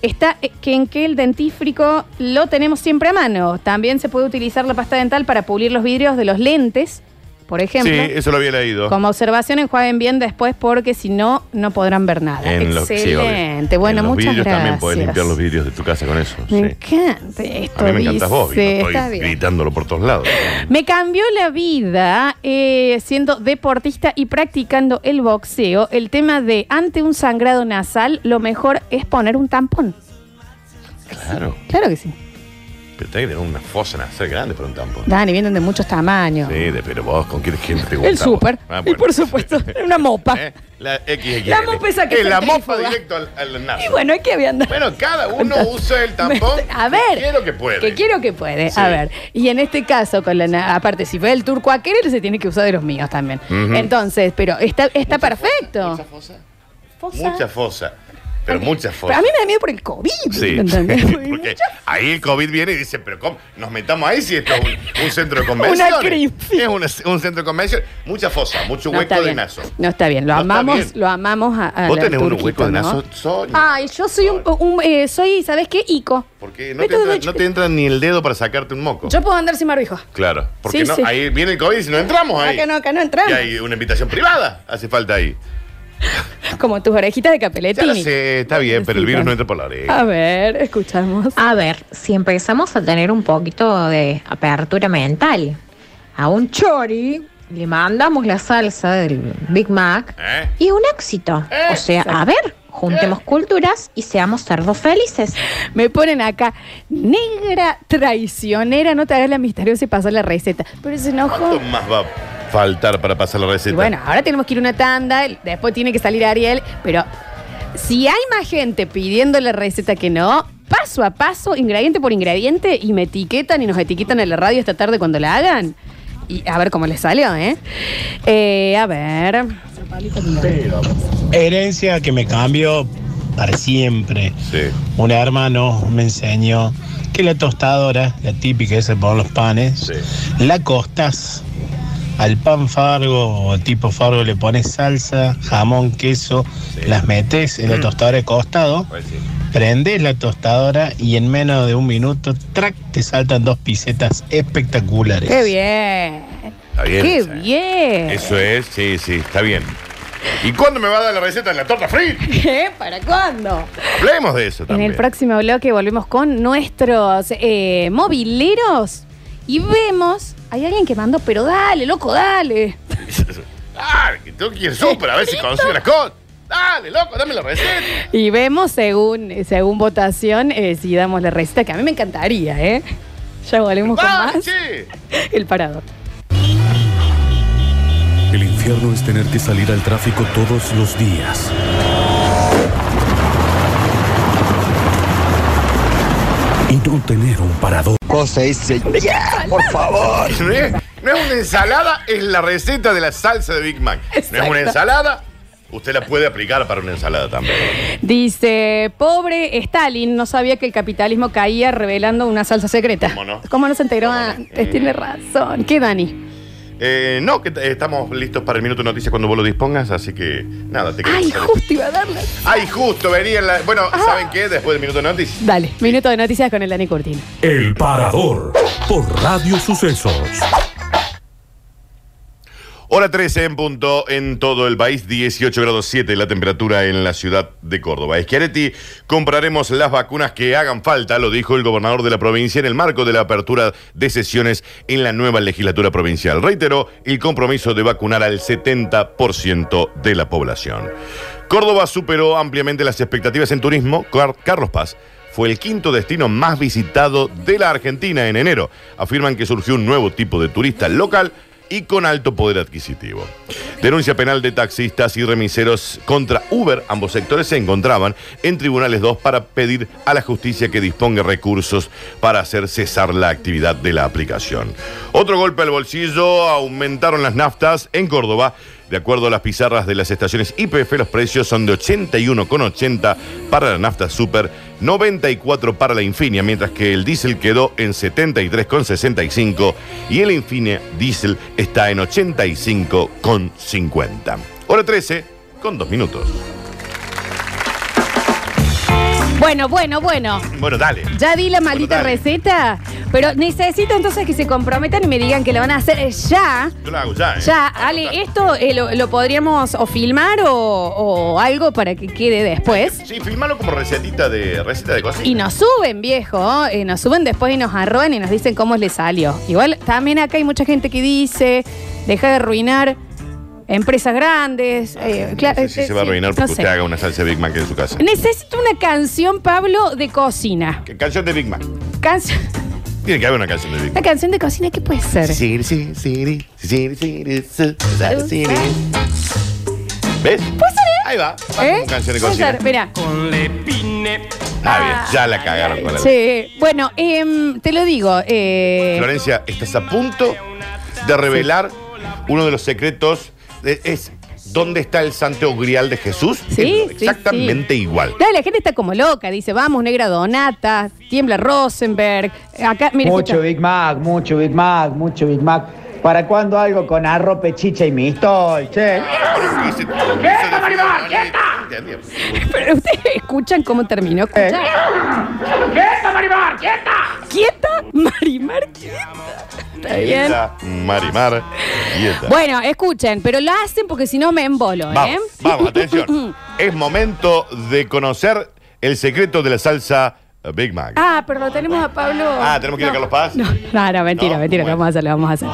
Speaker 3: está eh, que en que el dentífrico lo tenemos siempre a mano. También se puede utilizar la pasta dental para pulir los vidrios de los lentes, por ejemplo.
Speaker 4: Sí, eso lo había leído.
Speaker 3: Como observación, enjuaguen bien después porque si no, no podrán ver nada.
Speaker 4: En los- sí, obvio.
Speaker 3: Excelente.
Speaker 4: En
Speaker 3: bueno,
Speaker 4: los
Speaker 3: muchas
Speaker 4: vidrios
Speaker 3: gracias.
Speaker 4: también puedes limpiar los vidrios de tu casa con eso.
Speaker 3: Me
Speaker 4: sí.
Speaker 3: encanta esto.
Speaker 4: A mí me
Speaker 3: dice.
Speaker 4: encantas vos, y no
Speaker 3: Está
Speaker 4: estoy
Speaker 3: bien.
Speaker 4: gritándolo por
Speaker 3: <laughs>
Speaker 4: todos lados.
Speaker 3: Me cambió la vida eh, siendo deportista y practicando el boxeo. El tema de ante un sangrado nasal, lo mejor es poner un tampón.
Speaker 4: Claro.
Speaker 3: Claro que sí.
Speaker 4: Pero tenés que tener una fosa nasal grande para un tampón.
Speaker 3: Dani, vienen de muchos tamaños.
Speaker 4: Sí, de- pero vos, ¿con quién gente te gusta?
Speaker 3: el súper.
Speaker 4: vos? Ah,
Speaker 3: Y
Speaker 4: bueno.
Speaker 3: por
Speaker 4: <laughs>
Speaker 3: supuesto, una mopa.
Speaker 4: ¿Eh? La XXL.
Speaker 3: La mopa esa que
Speaker 4: Es la
Speaker 3: centrífuga.
Speaker 4: mopa directo al, al naso.
Speaker 3: Y bueno, es que había andado.
Speaker 4: Bueno, cada uno
Speaker 3: Entonces, <laughs>
Speaker 4: usa el tampón.
Speaker 3: A ver.
Speaker 4: que Quiero que pueda.
Speaker 3: Que quiero que puede.
Speaker 4: Sí.
Speaker 3: A ver. Y en este caso, con la na- aparte, si fue el turco aquel, él se tiene que usar de los míos también.
Speaker 4: Ujú.
Speaker 3: Entonces, pero está, está perfecto.
Speaker 4: Mucha fosa.
Speaker 3: Fosa.
Speaker 4: Mucha fosa. Pero mucha
Speaker 3: Pero
Speaker 4: fosa.
Speaker 3: a mí me da miedo por el COVID.
Speaker 4: Sí, <laughs>
Speaker 3: ¿entendés? <laughs>
Speaker 4: porque ahí el COVID viene y dice, pero ¿cómo? Nos metamos ahí si esto es un, un centro de convenciones.
Speaker 3: <laughs> Una crisis.
Speaker 4: Es una- un centro de convenciones. Mucha fosa, mucho
Speaker 3: No
Speaker 4: hueco
Speaker 3: está,
Speaker 4: de
Speaker 3: bien.
Speaker 4: naso.
Speaker 3: no está bien, lo
Speaker 4: No está
Speaker 3: amamos,
Speaker 4: bien.
Speaker 3: lo amamos a, a
Speaker 4: Vos
Speaker 3: la
Speaker 4: tenés unos
Speaker 3: Turquito,
Speaker 4: huecos de
Speaker 3: ¿no?
Speaker 4: naso, soy-
Speaker 3: Ay, yo soy un, un- eh, soy, ¿sabes qué? Ico.
Speaker 4: Porque no te, entra, no te entra ni el dedo para sacarte un moco.
Speaker 3: Yo puedo andar sin barbijo.
Speaker 4: Claro, porque
Speaker 3: Sí,
Speaker 4: no,
Speaker 3: sí.
Speaker 4: ahí viene el COVID y si no entramos ahí.
Speaker 3: Acá no, acá no entramos.
Speaker 4: Y hay una invitación privada, hace falta ahí.
Speaker 3: Como tus orejitas de
Speaker 4: Ya lo
Speaker 3: capeletín.
Speaker 4: sé, está bien, pero el virus no entra por la oreja.
Speaker 3: A ver, escuchamos.
Speaker 9: A ver, si empezamos a tener un poquito de apertura mental, a un chori le mandamos la salsa del Big Mac
Speaker 4: ¿Eh?
Speaker 9: y un éxito. O sea, a ver, juntemos culturas y seamos cerdos felices.
Speaker 3: Me ponen acá, negra traicionera, no te hagas la misteriosa y pasa la receta. Pero se enojó.
Speaker 4: ¿Cuánto más va a faltar para pasar la
Speaker 3: Y
Speaker 4: receta?
Speaker 3: bueno, ahora tenemos que ir a una tanda, el- después tiene que salir Ariel, pero si hay más gente pidiendo la receta que no, paso a paso, ingrediente por ingrediente, y me etiquetan y nos etiquetan en la radio esta tarde cuando la hagan. Y a ver cómo les salió, ¿eh? Eh, a ver.
Speaker 10: Herencia que me cambió para siempre.
Speaker 4: Sí.
Speaker 10: Un hermano me enseñó que la tostadora, la típica esa por los panes, la costas. Al pan fargo o tipo fargo le pones salsa, jamón, queso, las metes en la tostadora de costado,
Speaker 4: Mm. Pues sí.
Speaker 10: prendes la tostadora y en menos de un minuto, track, te saltan dos pisetas espectaculares.
Speaker 3: ¡Qué bien!
Speaker 4: Está bien.
Speaker 3: ¡Qué
Speaker 4: Sí.
Speaker 3: bien!
Speaker 4: Eso es, sí, sí, está bien. ¿Y cuándo me va a dar la receta de la torta frita?
Speaker 3: <laughs> ¿Eh? ¿Para cuándo?
Speaker 4: Hablemos de eso
Speaker 3: En
Speaker 4: también.
Speaker 3: el próximo bloque volvemos con nuestros eh, mobileros y vemos. Hay alguien que mandó, pero dale, loco, dale. <laughs>
Speaker 4: ah, que tengo que ir al súper a ver si consigo las cosas. Dale, loco, dame la receta.
Speaker 3: Y vemos según, eh, según votación eh, si damos la receta, que a mí me encantaría, ¿eh? Ya volvemos con
Speaker 4: Dale,
Speaker 3: más.
Speaker 4: che.
Speaker 3: El parador.
Speaker 1: El infierno es tener que salir al tráfico todos los días. Y no tener un parador.
Speaker 4: No es, no es una ensalada, es la receta de la salsa de Big Mac. No es
Speaker 3: Exacto.
Speaker 4: una ensalada, usted la puede aplicar para una ensalada también.
Speaker 3: Dice, pobre Stalin, no sabía que el capitalismo caía revelando una salsa secreta.
Speaker 4: ¿Cómo no?
Speaker 3: se enteró
Speaker 4: ¿Cómo no?
Speaker 3: antes? Tiene razón. ¿Qué, Dani?
Speaker 4: Eh, no, que eh, estamos listos para el minuto de noticias cuando vos lo dispongas, así que nada, te quedas.
Speaker 3: Ay, justo Ah. iba a darla.
Speaker 4: Ay, justo, venía la. Bueno, ¿saben qué? Después del minuto de noticias.
Speaker 3: Dale, minuto de noticias con el Dani Curtino.
Speaker 1: El parador. Por Radio Sucesos.
Speaker 4: Hora 13 en punto en todo el país, 18 grados 7 la temperatura en la ciudad de Córdoba. Schiaretti, compraremos las vacunas que hagan falta, lo dijo el gobernador de la provincia en el marco de la apertura de sesiones en la nueva legislatura provincial. Reiteró el compromiso de vacunar al 70% de la población. Córdoba superó ampliamente las expectativas en turismo. Car- Carlos Paz fue el quinto destino más visitado de la Argentina en enero. Afirman que surgió un nuevo tipo de turista local y con alto poder adquisitivo. Denuncia penal de taxistas y remiseros contra Uber. Ambos sectores se encontraban en Tribunales 2 para pedir a la justicia que disponga recursos para hacer cesar la actividad de la aplicación. Otro golpe al bolsillo, aumentaron las naftas en Córdoba. De acuerdo a las pizarras de las estaciones IPF, los precios son de 81,80 para la nafta super, 94 para la Infinia, mientras que el diésel quedó en 73,65 y el Infinia diésel está en 85,50. Hora 13 con 2 minutos.
Speaker 3: Bueno, bueno, bueno.
Speaker 4: Bueno, dale.
Speaker 3: Ya di la maldita receta, pero necesito entonces que se comprometan y me digan que la van a hacer eh, ya.
Speaker 4: Yo lo hago ya, ¿eh?
Speaker 3: Ya, Ale, esto eh, lo, lo podríamos o filmar o, o algo para que quede después.
Speaker 4: Sí, filmalo como recetita de receta de cocina.
Speaker 3: Y nos suben, viejo. eh, nos suben después y nos arroban y nos dicen cómo les salió. Igual también acá hay mucha gente que dice, deja de arruinar empresas grandes. eh, cla-
Speaker 4: Ah, No sé si
Speaker 3: eh,
Speaker 4: se va a
Speaker 3: sí,
Speaker 4: arruinar
Speaker 3: no
Speaker 4: porque
Speaker 3: sé.
Speaker 4: usted haga una salsa Big Mac en su casa.
Speaker 3: Necesito una canción, Pablo, de cocina.
Speaker 4: ¿Qué Canción de Big Mac.
Speaker 3: Canción,
Speaker 4: Tiene que haber una canción de Big
Speaker 3: <laughs>
Speaker 4: Mac.
Speaker 3: una canción de cocina, ¿qué puede ser? Eh,
Speaker 4: Sí, sí, sí, sí, sí, sí, sí, sí, sí. ¿Ves?
Speaker 3: ¿Puede ser? eh?
Speaker 4: Ahí va. Va
Speaker 3: ¿Eh?
Speaker 4: como canción de
Speaker 3: Puede
Speaker 4: cocina.
Speaker 3: ser, mirá.
Speaker 4: Ah, bien, ya la cagaron con la
Speaker 3: Sí, bueno, em, te lo digo. eh,
Speaker 4: Florencia, estás a punto de revelar uno de los secretos. de- es dónde está el santo grial de Jesús.
Speaker 3: Sí,
Speaker 4: Es
Speaker 3: sí,
Speaker 4: exactamente igual.
Speaker 3: Dale, la gente está como loca, dice, vamos, negra donata, tiembla Rosenberg. Acá, mira,
Speaker 11: mucho
Speaker 3: escucha.
Speaker 11: Big Mac, mucho Big Mac, mucho Big Mac. ¿Para cuándo algo con arrope, chicha y mistol, che?
Speaker 4: ¡Quieta, Maribel! ¡Quieta!
Speaker 3: <laughs> Pero ustedes escuchan cómo terminó. ¡Quieta, Marimar! ¡Quieta! ¿Quieta? Marimar, quieta. Está bien.
Speaker 4: Quieta, Marimar, quieta.
Speaker 3: Bueno, escuchen, pero lo hacen porque si no me embolo, ¿eh?
Speaker 4: Vamos,
Speaker 3: <laughs>
Speaker 4: vamos, atención. es momento de conocer el secreto de la salsa Big Mac.
Speaker 3: Ah, pero lo tenemos a Pablo.
Speaker 4: Ah, ¿tenemos que ir a Carlos Paz?
Speaker 3: No, no, mentira, mentira, lo vamos a hacer, lo vamos a hacer.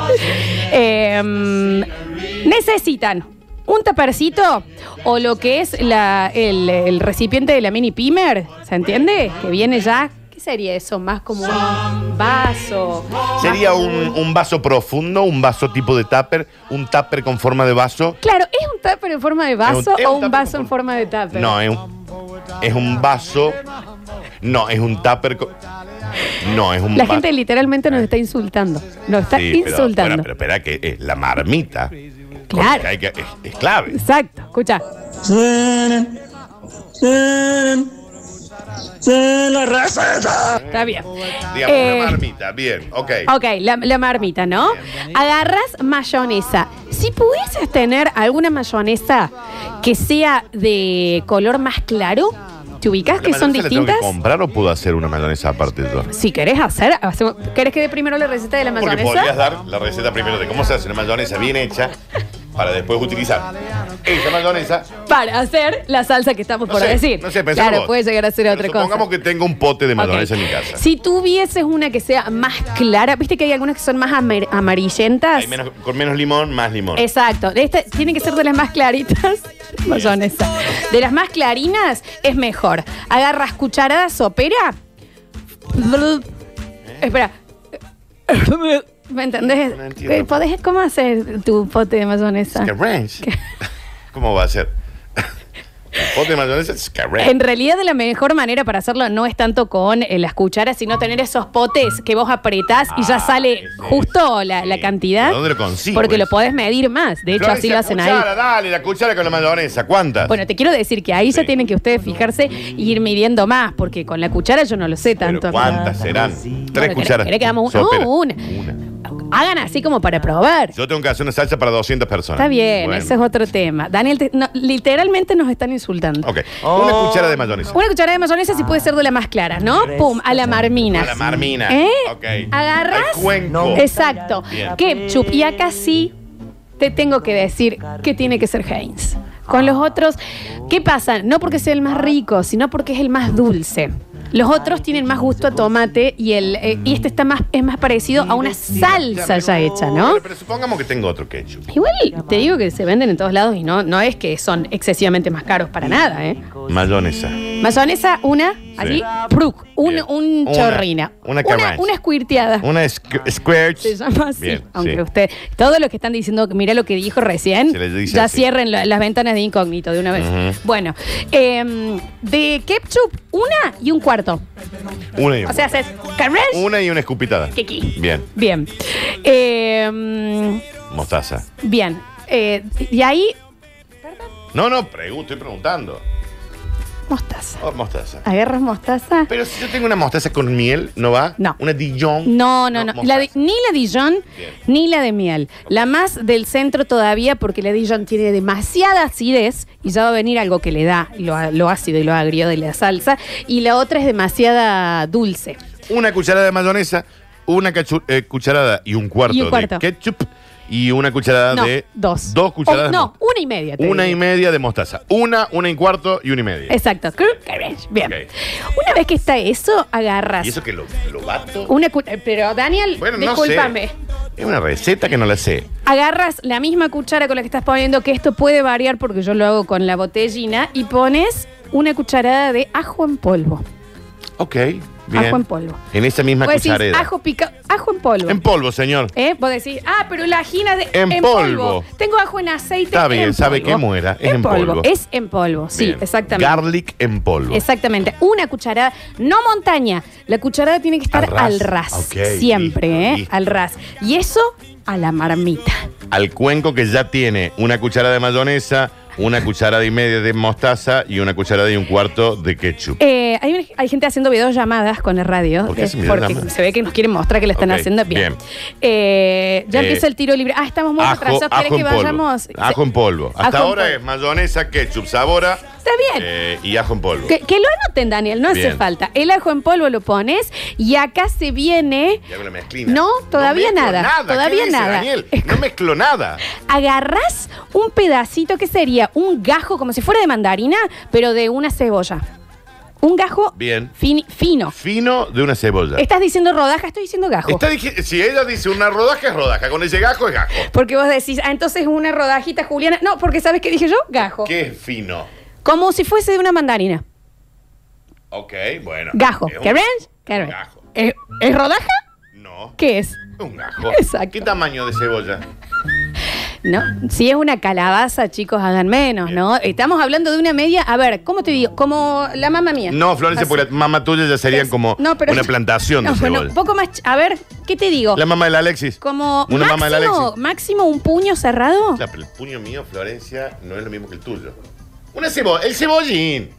Speaker 3: Eh, mm, necesitan un tapercito o lo que es la- el, el recipiente de la mini pimer, ¿se entiende? Que viene ya. ¿Qué sería eso? Más como un vaso. Ah,
Speaker 4: Sería un, un vaso profundo, un vaso tipo de tupper, un tupper con forma de vaso.
Speaker 3: Claro, ¿es un tupper en forma de vaso
Speaker 4: es
Speaker 3: o
Speaker 4: un
Speaker 3: un vaso en forma de tupper?
Speaker 4: No, es un, es un vaso. No, es un tupper. co- No, es un
Speaker 3: La
Speaker 4: vaso. Eh.
Speaker 3: gente literalmente nos está insultando. Nos está
Speaker 4: Sí, pero-
Speaker 3: insultando.
Speaker 4: Pero, espera, que es la marmita. con
Speaker 3: Claro.
Speaker 4: que hay que- es, es clave.
Speaker 3: Exacto, escucha.
Speaker 12: La receta.
Speaker 3: Está bien.
Speaker 4: Digamos,
Speaker 3: Eh,
Speaker 4: una marmita. Bien, ok.
Speaker 3: Ok, la, la marmita, ¿no? Agarras mayonesa. Si pudieses tener alguna mayonesa que sea de color más claro, ¿te ubicas
Speaker 4: ¿La
Speaker 3: que son
Speaker 4: mayonesa la tengo
Speaker 3: distintas?
Speaker 4: que comprar o puedo hacer una mayonesa aparte de todo?
Speaker 3: Si querés hacer, hacemos- ¿querés que dé primero la receta de la
Speaker 4: Porque podrías
Speaker 3: mayonesa?
Speaker 4: dar la receta primero de cómo se hace una mayonesa bien hecha para después utilizar esa mayonesa.
Speaker 3: Para hacer la salsa que estamos
Speaker 4: No
Speaker 3: por
Speaker 4: sé,
Speaker 3: decir.
Speaker 4: no sé, pensá
Speaker 3: claro,
Speaker 4: vos.
Speaker 3: puede llegar a ser
Speaker 4: Pero
Speaker 3: otra cosa.
Speaker 4: supongamos que tengo un pote de mayonesa en mi casa.
Speaker 3: Si tuvieses una que sea más clara, viste que hay algunas que son más amar- amarillentas.
Speaker 4: Hay menos- con menos limón, más limón.
Speaker 3: Exacto. Esta tiene que ser de las más
Speaker 4: <laughs>
Speaker 3: claritas. Mayonesa. De las más clarinas es mejor. Agarras cucharadas sopera.
Speaker 4: ¿Eh?
Speaker 3: Blub. Espera. ¿Me entendés?
Speaker 4: No entiendo.
Speaker 3: ¿Podés, ¿Cómo hacer tu pote de mayonesa?
Speaker 4: Scratch. <laughs> ¿Cómo va
Speaker 3: <laughs>
Speaker 4: a ser? pote de mayonesa, scratch.
Speaker 3: En realidad, la mejor manera para hacerlo no es tanto con eh, las cucharas, sino tener esos potes que vos apretás y
Speaker 4: Ah,
Speaker 3: ya sale justo la, la cantidad.
Speaker 4: ¿De dónde lo consigo
Speaker 3: Porque lo
Speaker 4: eso?
Speaker 3: podés medir más. De hecho, así
Speaker 4: Florencia,
Speaker 3: lo hacen ahí.
Speaker 4: cuchara, Dale, la cuchara con la mayonesa. ¿Cuántas?
Speaker 3: Bueno, te quiero decir que ahí ya tienen que ustedes fijarse e ir midiendo más, porque con la cuchara yo no lo sé tanto.
Speaker 4: ¿Cuántas serán? Tres
Speaker 3: Bueno, ¿querés-
Speaker 4: cucharas.
Speaker 3: querés que hagamos un-
Speaker 4: Sopera.
Speaker 3: no, una. Hagan así como para probar.
Speaker 4: Yo tengo que hacer una salsa para 200 personas.
Speaker 3: Está bien,
Speaker 4: Bueno.
Speaker 3: ese es otro tema. Daniel, te- no, literalmente nos están insultando.
Speaker 4: Ok, una cuchara de mayonesa.
Speaker 3: Una cucharada de mayonesa si puede ser de la más clara, ¿no? Pum, a la marmina.
Speaker 4: A la marmina.
Speaker 3: ¿Eh?
Speaker 4: Ok.
Speaker 3: Agarras.
Speaker 4: Al cuenco.
Speaker 3: Exacto.
Speaker 4: Bien.
Speaker 3: Ketchup. Y acá sí te tengo que decir que tiene que ser Heinz. Con los otros, ¿qué pasa? No porque sea el más rico, sino porque es el más dulce. Los otros tienen más gusto a tomate y el eh, y este está más es más parecido a una salsa ya hecha, ¿no?
Speaker 4: Pero supongamos que tengo otro ketchup.
Speaker 3: Igual te digo que se venden en todos lados y no no es que son excesivamente más caros para nada, ¿eh?
Speaker 4: Mayonesa.
Speaker 3: Mayonesa una, Así, ¡pruc! Un, un
Speaker 4: Una-
Speaker 3: chorrina. una,
Speaker 4: una cabaña.
Speaker 3: una squirteada.
Speaker 4: Una squ- squirts.
Speaker 3: Se llama así.
Speaker 4: Bien,
Speaker 3: aunque
Speaker 4: sí.
Speaker 3: usted. Todos los que están diciendo, mira lo que dijo recién,
Speaker 4: Se les dice
Speaker 3: ya
Speaker 4: así.
Speaker 3: cierren la- las ventanas de incógnito de una vez.
Speaker 4: Ujú.
Speaker 3: Bueno, em, de ketchup, una y un cuarto.
Speaker 4: Una y
Speaker 3: O sea, haces. carnage,
Speaker 4: Una y una escupitada.
Speaker 3: Kiki.
Speaker 4: Bien,
Speaker 3: Bien. Em,
Speaker 4: mostaza.
Speaker 3: bien. Eh, y ahí,
Speaker 4: No, no, pregun- estoy preguntando.
Speaker 3: mostaza.
Speaker 4: Oh, mostaza.
Speaker 3: ¿Agarras mostaza?
Speaker 4: Pero si yo tengo una mostaza con miel, ¿no va? No. Una Dijon.
Speaker 3: No, no, no.
Speaker 4: mostaza.
Speaker 3: La de- ni la Dijon ni la de miel. La más del centro todavía, porque la Dijon tiene demasiada acidez y ya va a venir algo que le da lo, a- lo ácido y lo agrio de la salsa. Y la otra es demasiada dulce.
Speaker 4: Una cucharada de mayonesa, una cachu- eh, cucharada y un cuarto,
Speaker 3: Y un cuarto.
Speaker 4: de ketchup y una cucharada
Speaker 3: No,
Speaker 4: de.
Speaker 3: dos.
Speaker 4: Dos cucharadas.
Speaker 3: O-
Speaker 4: de
Speaker 3: no, una y media. te
Speaker 4: mostaza. Una y
Speaker 3: digo.
Speaker 4: media de mostaza. Una, una y cuarto y una y media.
Speaker 3: Exacto. Cru- carash. Bien. Una vez que está eso, agarras.
Speaker 4: ¿Y eso que lo, lo bato?
Speaker 3: Una cu- eh, Pero, Daniel,
Speaker 4: no
Speaker 3: discúlpame.
Speaker 4: Es una receta que no la sé.
Speaker 3: Agarras la misma cuchara con la que estás poniendo, que esto puede variar porque yo lo hago con la botellina, y pones una cucharada de ajo en polvo.
Speaker 4: Ok, bien.
Speaker 3: Ajo en polvo.
Speaker 4: En esa misma
Speaker 3: Vos decís,
Speaker 4: cuchareda.
Speaker 3: ajo pica, ajo en polvo.
Speaker 4: En polvo, señor.
Speaker 3: ¿Eh? Vos decís, ah, pero la gina de
Speaker 4: En polvo.
Speaker 3: Tengo ajo en aceite.
Speaker 4: Está bien,
Speaker 3: en
Speaker 4: sabe
Speaker 3: polvo.
Speaker 4: que muera. Es en,
Speaker 3: En polvo. Es en polvo, sí,
Speaker 4: Bien.
Speaker 3: exactamente.
Speaker 4: Garlic en polvo.
Speaker 3: Exactamente. Una cucharada, no montaña. La cucharada tiene que estar
Speaker 4: Al ras.
Speaker 3: al ras.
Speaker 4: Ok,
Speaker 3: Siempre, ¿eh?
Speaker 4: listo.
Speaker 3: Al ras. Y eso a la marmita.
Speaker 4: Al cuenco que ya tiene una cucharada de mayonesa, una cucharada y media de mostaza y una cucharada y un cuarto de ketchup.
Speaker 3: Eh, hay, una- hay gente haciendo videollamadas con la radio.
Speaker 4: ¿Por qué
Speaker 3: eh,
Speaker 4: hacen
Speaker 3: porque
Speaker 4: videollamadas?
Speaker 3: se ve que nos quieren mostrar que la están
Speaker 4: Ok,
Speaker 3: haciendo bien.
Speaker 4: bien.
Speaker 3: Eh, ya
Speaker 4: Eh,
Speaker 3: empieza el tiro libre. Ah, estamos muy
Speaker 4: Ajo,
Speaker 3: atrasados.
Speaker 4: ajo
Speaker 3: ¿Quieres
Speaker 4: en
Speaker 3: que
Speaker 4: polvo.
Speaker 3: vayamos?
Speaker 4: Ajo en polvo.
Speaker 3: Ajo
Speaker 4: Hasta
Speaker 3: en
Speaker 4: ahora
Speaker 3: polvo.
Speaker 4: es mayonesa, ketchup, sabora
Speaker 3: Está bien.
Speaker 4: eh, y ajo en polvo.
Speaker 3: Que, que lo anoten, Daniel, no hace
Speaker 4: Bien.
Speaker 3: falta. El ajo en polvo lo pones y acá se viene.
Speaker 4: Y hago la mezclina.
Speaker 3: No, todavía
Speaker 4: mezclo
Speaker 3: nada,
Speaker 4: ¿Qué
Speaker 3: Todavía
Speaker 4: dice,
Speaker 3: nada.
Speaker 4: Daniel? No mezclo nada.
Speaker 3: Agarras un pedacito que sería un gajo, como si fuera de mandarina, pero de una cebolla. Un gajo
Speaker 4: Bien.
Speaker 3: fin- fino.
Speaker 4: Fino de una cebolla.
Speaker 3: Estás diciendo rodaja, estoy diciendo gajo.
Speaker 4: Está dije- si ella dice una rodaja es rodaja, con ese gajo es gajo.
Speaker 3: Porque vos decís, ah, entonces una rodajita, Juliana. No, porque ¿sabes qué dije yo? Gajo.
Speaker 4: ¿Qué es fino?
Speaker 3: Como si fuese de una mandarina.
Speaker 4: Ok, bueno.
Speaker 3: Gajo.
Speaker 4: Es un-
Speaker 3: ¿Qué ves? ¿Qué ves? ¿Es, es rodaja?
Speaker 4: No.
Speaker 3: ¿Qué es?
Speaker 4: Un gajo.
Speaker 3: Exacto.
Speaker 4: ¿Qué tamaño de cebolla?
Speaker 3: No, si es una calabaza, chicos, hagan menos, ¿no? Estamos hablando de una media, a ver, ¿cómo te digo? Como la mamá mía.
Speaker 4: No, Florencia,
Speaker 3: Así.
Speaker 4: porque la mamá tuya ya serían como
Speaker 3: No, pero- <laughs>
Speaker 4: una plantación
Speaker 3: No,
Speaker 4: de
Speaker 3: bueno,
Speaker 4: cebolla.
Speaker 3: un poco más, ch- a ver, ¿qué te digo?
Speaker 4: La mamá del Alexis.
Speaker 3: Como
Speaker 4: Una mamá del
Speaker 3: máximo,
Speaker 4: Alexis.
Speaker 3: máximo un puño cerrado.
Speaker 4: Ya, pero el puño mío, Florencia, no es lo mismo que el tuyo. Una cebolla, el cebollín.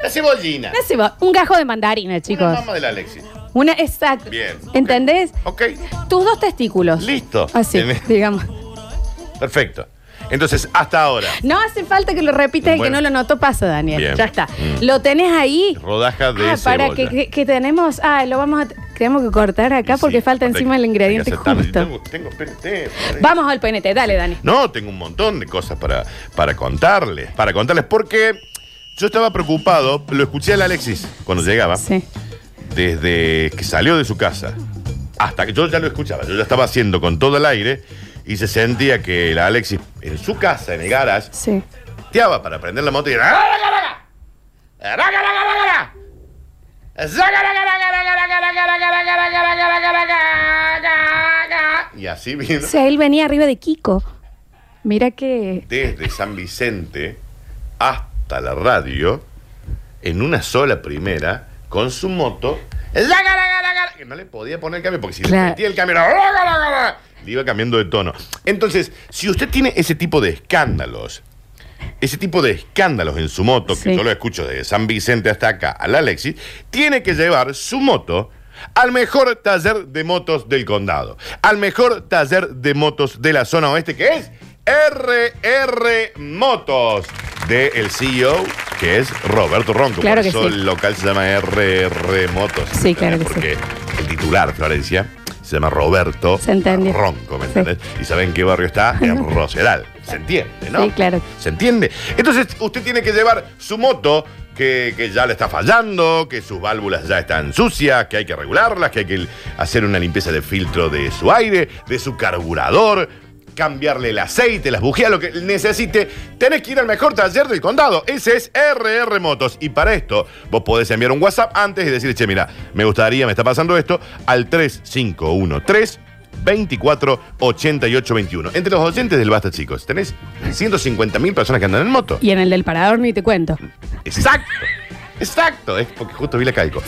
Speaker 4: La cebollina.
Speaker 3: Una ceba- un gajo de mandarina,
Speaker 4: La
Speaker 3: chicos.
Speaker 4: mamá del Alexis.
Speaker 3: Una, exacto.
Speaker 4: Bien.
Speaker 3: ¿Entendés?
Speaker 4: Ok.
Speaker 3: Tus dos testículos.
Speaker 4: Listo.
Speaker 3: Así,
Speaker 4: Tenés-
Speaker 3: digamos.
Speaker 4: Perfecto. Entonces, hasta ahora.
Speaker 3: No hace falta que lo repitas, el que
Speaker 4: Bueno.
Speaker 3: no lo notó pasa, Daniel.
Speaker 4: Bien.
Speaker 3: Ya está.
Speaker 4: Mm.
Speaker 3: Lo tenés ahí.
Speaker 4: Rodaja de
Speaker 3: Ah, para
Speaker 4: cebolla.
Speaker 3: que, que- que tenemos. Ah, lo vamos a. Tenemos que cortar acá porque falta encima el ingrediente
Speaker 4: hacer tarde.
Speaker 3: justo.
Speaker 4: Tengo, tengo PNT.
Speaker 3: Vamos al PNT, dale, Dani.
Speaker 4: No, tengo un montón de cosas para, para contarles. Para contarles, porque yo estaba preocupado. Lo escuché al Alexis cuando llegaba. Desde que salió de su casa hasta que yo ya lo escuchaba. Yo ya estaba haciendo con todo el aire y se sentía que el Alexis en su casa, en el garage,
Speaker 3: Sí.
Speaker 4: teaba para prender la moto y era. Y así
Speaker 3: O
Speaker 4: vino.
Speaker 3: sea, él venía arriba de Kiko. Mira que.
Speaker 4: desde San Vicente hasta la radio en una sola primera con su moto. Que no le podía poner el cambio porque si
Speaker 13: Claro.
Speaker 4: le metía el cambio oh, era- le iba cambiando de tono. Entonces, si usted tiene ese tipo de escándalos, ese tipo de escándalos en su moto, que yo lo escucho desde San Vicente hasta acá, al Alexis, tiene que llevar su moto al mejor taller de motos del condado, al mejor taller de motos de la zona oeste, que es RR Motos, del CEO, E que es Roberto Ronco.
Speaker 3: Claro
Speaker 4: Por
Speaker 3: que
Speaker 4: eso
Speaker 3: sí.
Speaker 4: el local se llama RR Motos.
Speaker 3: Sí, claro
Speaker 4: ¿entendés?
Speaker 3: que sí.
Speaker 4: Porque el titular, Florencia, se llama Roberto
Speaker 3: Se entendió.
Speaker 4: Ronco, ¿me entendés? ¿Y saben qué
Speaker 3: <laughs>
Speaker 4: barrio está? En Rosedal. ¿Se entiende, no?
Speaker 3: Sí, claro.
Speaker 4: ¿Se entiende? Entonces, usted tiene que llevar su moto que, que ya le está fallando, que sus válvulas ya están sucias, que hay que regularlas, que hay que hacer una limpieza de filtro de su aire, de su carburador, cambiarle el aceite, las bujías, lo que necesite, tenés que ir al mejor taller del condado. Ese es RR Motos. Y para esto, vos podés enviar un WhatsApp antes y decir, che, mira, me gustaría, me está pasando esto, al 3513 24 88 21. Entre los oyentes del Basta, chicos, tenés 150 mil personas que andan en moto.
Speaker 3: Y en el del parador ni te cuento.
Speaker 4: Exacto. Exacto. Es porque justo vi la calco.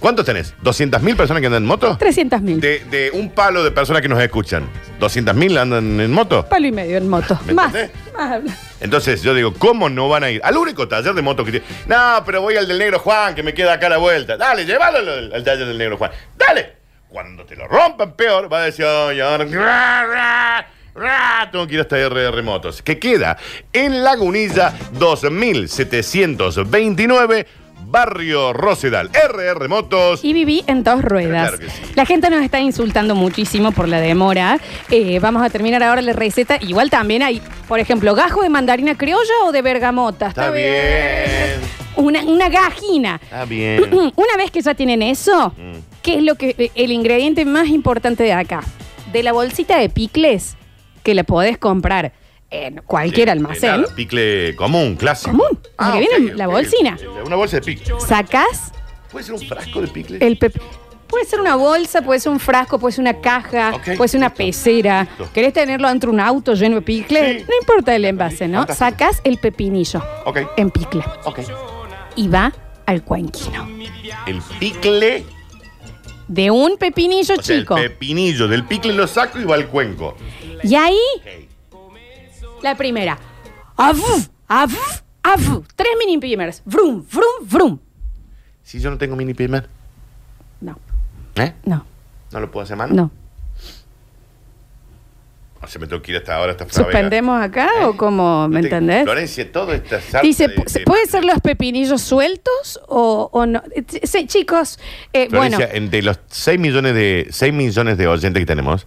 Speaker 4: ¿Cuántos tenés? ¿200.000 personas que andan en moto?
Speaker 3: 300.000.
Speaker 4: De, de un palo de personas que nos escuchan. ¿200.000 andan en moto?
Speaker 3: Palo y medio en moto.
Speaker 4: ¿Me
Speaker 3: Más.
Speaker 4: entendés?
Speaker 3: Más habla.
Speaker 4: Entonces yo digo, ¿cómo no van a ir? Al único taller de moto que tiene. No, pero voy al del negro Juan, que me queda acá a la vuelta. Dale, llévalo al, al taller del negro Juan. Dale. Cuando te lo rompan peor, va a decir, ay, ahora. ra, ra, ra, Tengo que ir hasta RR Motos, que queda en Lagunilla 2729, barrio Rosedal. RR Motos.
Speaker 3: Y viví en dos ruedas.
Speaker 4: Claro que sí.
Speaker 3: La gente nos está insultando muchísimo por la demora. Eh, vamos a terminar ahora la receta. Igual también hay, por ejemplo, gajo de mandarina criolla o de bergamota.
Speaker 4: Está bien.
Speaker 3: Una, una gajina.
Speaker 4: Está bien.
Speaker 3: <clears throat>
Speaker 4: Mm.
Speaker 3: Una vez que ya tienen eso, ¿qué es lo que eh, el ingrediente más importante de acá? De la bolsita de picles que la podés comprar en cualquier
Speaker 4: Eh,
Speaker 3: almacén,
Speaker 4: nada, picle común, clásico.
Speaker 3: Común,
Speaker 4: Ah,
Speaker 3: porque
Speaker 4: ok,
Speaker 3: viene en la
Speaker 4: ok.
Speaker 3: bolsina.
Speaker 4: Una bolsa de picle.
Speaker 3: sacás
Speaker 4: ¿Puede ser un frasco de picle?
Speaker 3: el pep- Puede ser una bolsa, puede ser un frasco, puede ser una caja,
Speaker 4: Ok,
Speaker 3: puede ser una pecera. ¿Querés tenerlo dentro de un auto lleno de picle? No importa el envase, ¿no?
Speaker 4: fantástico.
Speaker 3: Sacás el pepinillo
Speaker 4: Ok.
Speaker 3: en picle
Speaker 4: Ok.
Speaker 3: y va al cuenquino.
Speaker 4: El picle.
Speaker 3: De un pepinillo
Speaker 4: O sea, el
Speaker 3: chico.
Speaker 4: pepinillo del picle lo saco y va al cuenco.
Speaker 3: Y ahí, la primera. Avuf, avuf, avuf. Tres mini primers. Vrum, vrum, vrum.
Speaker 4: Si yo no tengo mini primer.
Speaker 3: No.
Speaker 4: ¿Eh?
Speaker 3: No.
Speaker 4: ¿No lo puedo hacer mano?
Speaker 3: No.
Speaker 4: O sea, me tengo que ir hasta ahora, hasta Fravega.
Speaker 3: ¿Suspendemos acá
Speaker 4: Eh,
Speaker 3: o cómo? ¿Me entendés?
Speaker 4: Florencia, todo esta salsa
Speaker 3: Dice,
Speaker 4: de-
Speaker 3: pu-
Speaker 4: de-
Speaker 3: ¿puede ser los pepinillos sueltos o, o no? Eh, Sí, chicos, eh, bueno,
Speaker 4: Florencia, entre los 6 millones de 6 millones de oyentes que tenemos,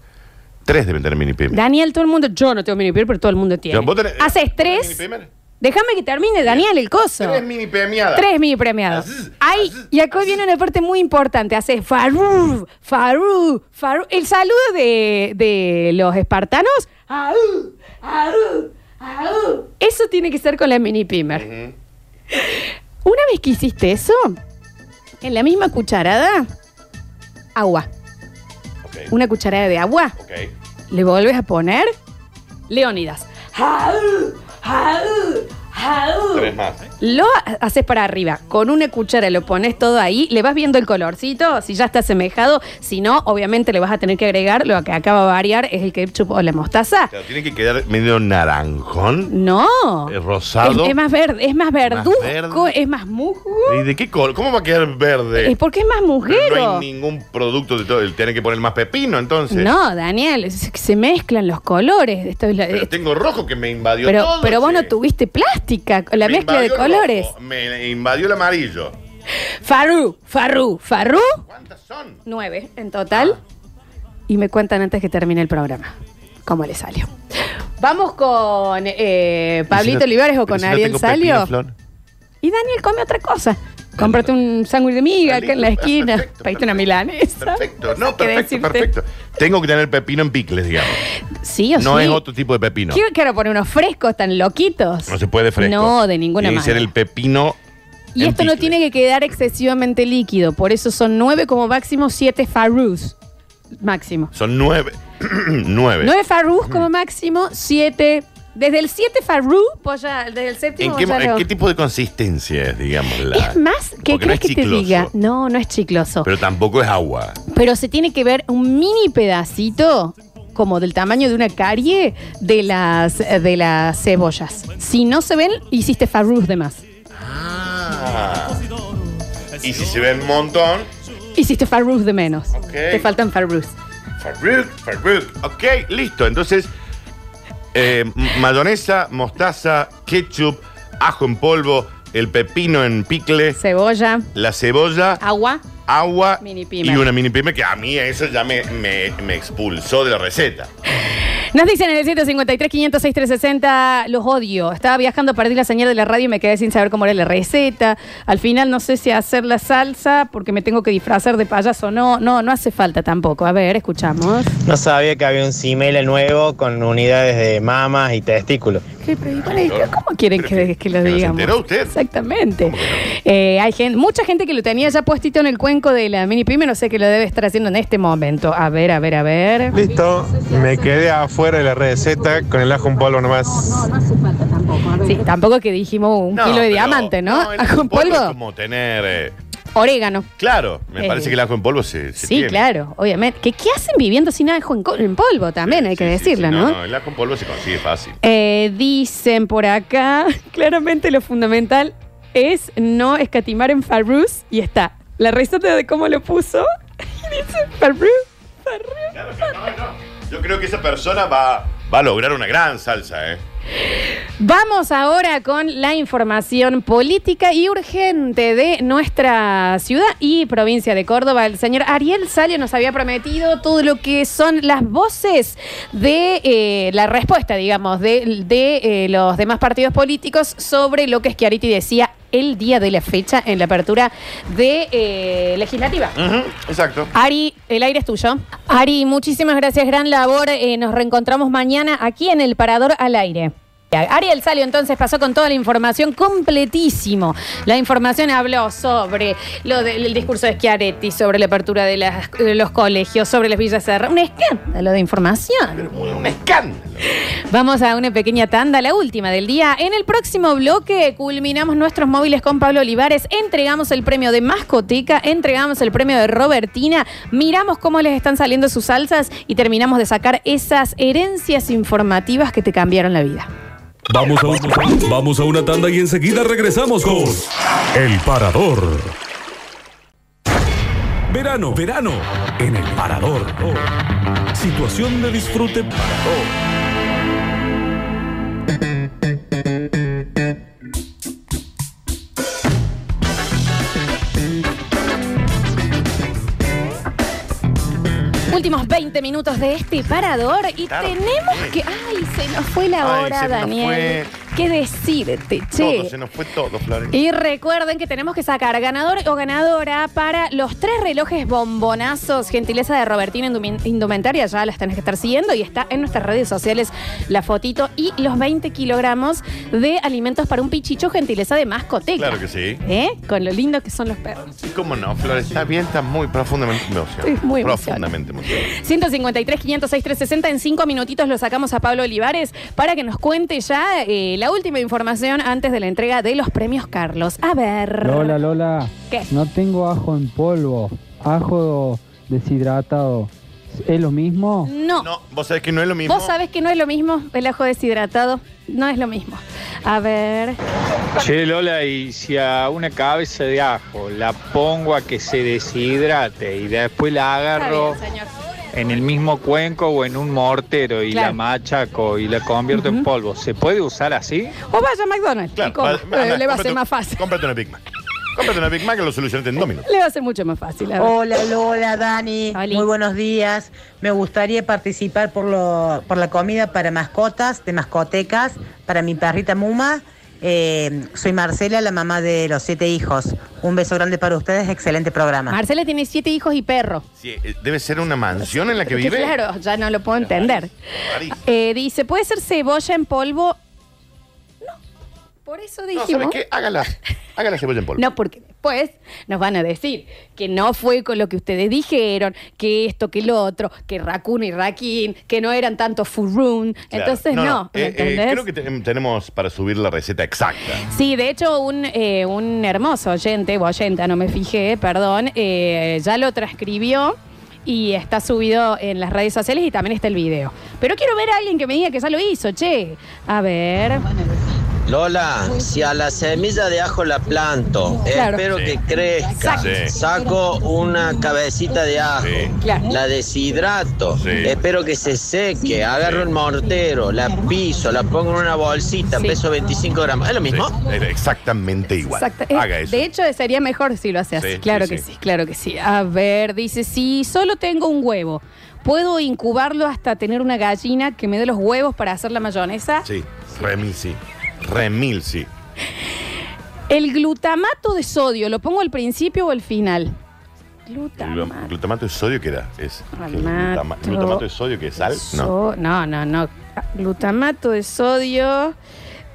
Speaker 4: 3 deben tener mini primer.
Speaker 3: Daniel, todo el mundo, yo no tengo mini primer, pero todo el mundo tiene.
Speaker 4: Yo, ¿vos tenés-
Speaker 3: Haces tres. Déjame que termine, Daniel, el coso.
Speaker 4: Tres mini premiadas.
Speaker 3: Tres mini premiadas. Ay, y acá viene una parte muy importante. Haces farú, farú, farú. El saludo de, de los espartanos. Aú, aú, aú. Eso tiene que ser con la mini primer. Una vez que hiciste eso, en la misma cucharada, agua. Una cucharada de agua. Le volves a poner Leónidas. Aú, aú, aú.
Speaker 4: Tres más.
Speaker 3: Lo ha- haces para arriba, con una cuchara lo pones todo ahí, le vas viendo el colorcito, si ya está asemejado, si no, obviamente le vas a tener que agregar lo que acaba de variar, es el ketchup o la mostaza.
Speaker 4: Claro, tiene que quedar medio naranjón,
Speaker 3: No.
Speaker 4: eh, rosado.
Speaker 3: Es, es más verde, es más verduzco,
Speaker 4: verde.
Speaker 3: es más musgo,
Speaker 4: ¿Y de qué color? ¿Cómo va a quedar verde?
Speaker 3: es porque es más
Speaker 4: Pero No hay
Speaker 3: mujero.
Speaker 4: ningún producto de todo. Tienen que poner más pepino, entonces.
Speaker 3: No, Daniel, es que se mezclan los colores. Esto es la-
Speaker 4: Pero tengo rojo que me invadió
Speaker 3: pero
Speaker 4: todo.
Speaker 3: pero vos
Speaker 4: che.
Speaker 3: no tuviste plástica, la
Speaker 4: Me
Speaker 3: mezcla de
Speaker 4: invadió el
Speaker 3: colores.
Speaker 4: rojo, me invadió el amarillo.
Speaker 3: Farú, Farú, Farú. ¿Cuántas son? Nueve en total. Y me cuentan antes que termine el programa cómo le salió. Vamos con eh, Pablito
Speaker 4: no-
Speaker 3: Olivares o
Speaker 4: pero
Speaker 3: con
Speaker 4: si no
Speaker 3: Ariel
Speaker 4: tengo
Speaker 3: Salio.
Speaker 4: pepino, Flor.
Speaker 3: y Daniel come otra cosa. Cómprate un sándwich de miga acá en la esquina. Pediste una milanesa.
Speaker 4: Perfecto, no,
Speaker 3: ¿Qué
Speaker 4: perfecto,
Speaker 3: decirte?
Speaker 4: perfecto. Tengo que tener pepino en
Speaker 3: <laughs>
Speaker 4: picles, digamos.
Speaker 3: Sí o
Speaker 4: no
Speaker 3: sí.
Speaker 4: es otro tipo de pepino.
Speaker 3: Quiero, quiero poner unos frescos tan loquitos.
Speaker 4: No se puede fresco.
Speaker 3: No, de ninguna
Speaker 4: Tiene que ser
Speaker 3: manera.
Speaker 4: el pepino.
Speaker 3: Y
Speaker 4: en
Speaker 3: esto no
Speaker 4: picles.
Speaker 3: tiene que quedar excesivamente líquido. Por eso son nueve como máximo, siete farús. Máximo.
Speaker 4: Son nueve. <clears throat> nueve.
Speaker 3: 9 farrús como máximo, 7. Desde el 7 farrú, pues ya, desde el
Speaker 4: ¿En
Speaker 3: séptimo
Speaker 4: qué,
Speaker 3: ya
Speaker 4: en
Speaker 3: lo-
Speaker 4: qué tipo de consistencia es, digamos? La,
Speaker 3: Es más, ¿qué
Speaker 4: Porque no
Speaker 3: crees
Speaker 4: es
Speaker 3: que te
Speaker 4: chicloso.
Speaker 3: diga? No, no es chicloso. Pero,
Speaker 4: Pero tampoco es agua.
Speaker 3: se tiene que ver un mini pedacito, como del tamaño de una carie, de las, de las cebollas. Si no se ven, hiciste farrús de más.
Speaker 4: Ah. Y si se ve un montón,
Speaker 3: Hiciste farrús de menos.
Speaker 4: Ok.
Speaker 3: Te faltan farrús.
Speaker 4: Farruk, Farruk. Ok, listo. Entonces, eh, m- mayonesa, mostaza, ketchup, ajo en polvo, el pepino en picle,
Speaker 3: Cebolla,
Speaker 4: la cebolla,
Speaker 3: agua,
Speaker 4: agua
Speaker 3: Ah, mini
Speaker 4: y
Speaker 3: pimer.
Speaker 4: una mini pime que a mí eso ya me, me- me expulsó de la receta.
Speaker 3: Nos dicen en el 153 506 360, los odio. Estaba viajando, perdí la señal de la radio y me quedé sin saber cómo era la receta. Al final no sé si hacer la salsa porque me tengo que disfrazar de payaso. No, no, no hace falta tampoco. A ver, escuchamos.
Speaker 13: No sabía que había un Simela nuevo con unidades de mamas y testículos.
Speaker 3: ¿Qué, pero, ¿cuál es? ¿Cómo quieren que, que lo
Speaker 13: se
Speaker 3: digamos?
Speaker 13: enteró usted.
Speaker 3: Exactamente. Eh, hay gente, mucha gente que lo tenía ya puestito en el cuenco de la mini pyme, no sé qué lo debe estar haciendo en este momento. A ver, a ver, a ver.
Speaker 14: Listo, me quedé afuera de la receta con el ajo en polvo nomás.
Speaker 3: Sí, tampoco que dijimos un
Speaker 4: No,
Speaker 3: kilo de
Speaker 4: pero-
Speaker 3: diamante, ¿no? <laughs>
Speaker 4: el
Speaker 3: Ajo en
Speaker 4: polvo es
Speaker 3: polvo,
Speaker 4: como tener. eh,
Speaker 3: orégano.
Speaker 4: claro, me
Speaker 3: Eh.
Speaker 4: parece que el ajo en polvo se. se
Speaker 3: Sí,
Speaker 4: tiene.
Speaker 3: claro, obviamente. ¿Qué, qué hacen viviendo sin ajo en, co- en polvo? También hay que decirlo,
Speaker 4: No,
Speaker 3: ¿no?
Speaker 4: no, el ajo en polvo se consigue fácil.
Speaker 3: Eh, dicen por acá, <laughs> claramente lo fundamental es no escatimar en Farrus y está. La receta de cómo lo puso. <laughs> y dice Farrus.
Speaker 4: Yo creo que esa persona va, va a lograr una gran salsa, ¿eh?
Speaker 3: Vamos ahora con la información política y urgente de nuestra ciudad y provincia de Córdoba. El señor Ariel Salio nos había prometido todo lo que son las voces de eh, la respuesta, digamos, de, de, eh, los demás partidos políticos sobre lo que Schiaretti decía el día de la fecha en la apertura de eh, legislativa.
Speaker 4: Exacto.
Speaker 3: Ari, el aire es tuyo. Ari, muchísimas gracias, gran labor. Eh, nos reencontramos mañana aquí en el Parador al Aire. Ariel Salio entonces pasó con toda la información completísimo. La información habló sobre lo del el discurso de Schiaretti, sobre la apertura de, las- de los colegios, sobre las villas cerradas. Un escándalo de información.
Speaker 4: Un escándalo.
Speaker 3: Vamos a una pequeña tanda, la última del día. En el próximo bloque culminamos nuestros móviles con Pablo Olivares, entregamos el premio de Mascoteca, entregamos el premio de Robertina, miramos cómo les están saliendo sus salsas y terminamos de sacar esas herencias informativas que te cambiaron la vida.
Speaker 1: Vamos a, un- vamos a una tanda y enseguida regresamos con El Parador. Verano, verano, en El Parador. Situación de disfrute para todos.
Speaker 3: Últimos 20 minutos de este parador y tenemos que... ¡Ay, se nos fue la
Speaker 4: Ay,
Speaker 3: hora,
Speaker 4: se nos
Speaker 3: Daniel! ¿Qué decirte, che?
Speaker 4: Todo, se nos fue todo, Florencia.
Speaker 3: Y recuerden que tenemos que sacar ganador o ganadora para los tres relojes bombonazos, gentileza de Robertina Indumi- Indumentaria, ya las tenés que estar siguiendo y está en nuestras redes sociales la fotito y los 20 kilogramos de alimentos para un pichicho, gentileza de mascoteca.
Speaker 4: Claro que sí.
Speaker 3: ¿Eh? Con lo lindo que son los perros.
Speaker 4: ¿Y cómo no, Flores? Está bien, está muy profundamente emocionado.
Speaker 3: Estoy muy emocionada.
Speaker 4: Profundamente emocionado.
Speaker 3: 153, 506, 360. En cinco minutitos lo sacamos a Pablo Olivares para que nos cuente ya eh, la última información antes de la entrega de los premios Carlos. A ver.
Speaker 15: Lola, Lola.
Speaker 3: ¿Qué?
Speaker 15: No tengo ajo en polvo, ajo deshidratado. ¿Es lo mismo?
Speaker 3: No.
Speaker 4: Vos sabés que no es lo mismo.
Speaker 3: Vos sabés que no es lo mismo el ajo deshidratado, no es lo mismo. A ver,
Speaker 16: Che, Lola, y si a una cabeza de ajo la pongo a que se deshidrate y después la agarro en el mismo cuenco o en un mortero y la
Speaker 3: Claro.
Speaker 16: machaco y la convierto en polvo, ¿se puede usar así?
Speaker 3: o vaya a McDonald's, y coma.
Speaker 4: Vale,
Speaker 3: Eh,
Speaker 4: anda,
Speaker 3: le va a
Speaker 4: cómprate
Speaker 3: ser
Speaker 4: un-
Speaker 3: más fácil.
Speaker 4: Cómprate una Big Mac. Cómprate una Big Mac y lo solucionaste en dos minutos.
Speaker 3: Le va a ser mucho más fácil. a
Speaker 4: Oh,
Speaker 3: ver.
Speaker 17: Hola Lola, Dani, muy buenos días. Me gustaría participar por, lo- por la comida para mascotas, de mascotecas, para mi perrita Muma. Eh, soy Marcela, la mamá de los siete hijos. Un beso grande para ustedes, excelente programa.
Speaker 3: Marcela tiene siete hijos y perro.
Speaker 4: Sí, eh, debe ser una mansión en la que
Speaker 3: Porque,
Speaker 4: vive.
Speaker 3: Claro, ya no lo puedo entender. Eh, dice, ¿puede ser cebolla en polvo? No, por eso
Speaker 4: No,
Speaker 3: dijimos.
Speaker 4: ¿sabes qué? Hágala. Hágala cebolla en polvo.
Speaker 3: No, porque después nos van a decir que no fue con lo que ustedes dijeron, que esto, que lo otro, que Raccoon y Raquín, que no eran tanto Furrun.
Speaker 4: Claro.
Speaker 3: Entonces, no, ¿me
Speaker 4: Eh, eh,
Speaker 3: entendés?
Speaker 4: creo que te- tenemos para subir la receta exacta.
Speaker 3: Sí, de hecho, un, eh, un hermoso oyente, o oyenta, no me fijé, perdón, eh, ya lo transcribió y está subido en las redes sociales y también está el video. Pero quiero ver a alguien que me diga que ya lo hizo, che. A ver.
Speaker 18: Lola, si a la semilla de ajo la planto,
Speaker 3: Claro.
Speaker 18: espero
Speaker 3: Sí.
Speaker 18: que crezca,
Speaker 3: Exacto. Sí.
Speaker 18: saco una cabecita de ajo,
Speaker 3: Claro.
Speaker 18: la deshidrato, espero que se seque, agarro el mortero, la piso, la pongo en una bolsita, peso 25 gramos, ¿es lo mismo?
Speaker 4: Exactamente igual.
Speaker 3: Exacto. Eh,
Speaker 4: Haga eso.
Speaker 3: De hecho, sería mejor si lo hace así.
Speaker 4: Sí,
Speaker 3: claro
Speaker 4: sí,
Speaker 3: que
Speaker 4: sí.
Speaker 3: sí. claro que sí. A ver, dice, si solo tengo un huevo, ¿Puedo incubarlo hasta tener una gallina que me dé los huevos para hacer la mayonesa?
Speaker 4: Sí, remil sí. Remil sí.
Speaker 3: El glutamato de sodio, ¿lo pongo al principio o al final?
Speaker 4: El glu- glutamato de sodio que da es
Speaker 3: Al
Speaker 4: que el
Speaker 3: mato.
Speaker 4: glutama- glutamato de sodio que es sal, no.
Speaker 3: So- no, no, no. Glutamato de sodio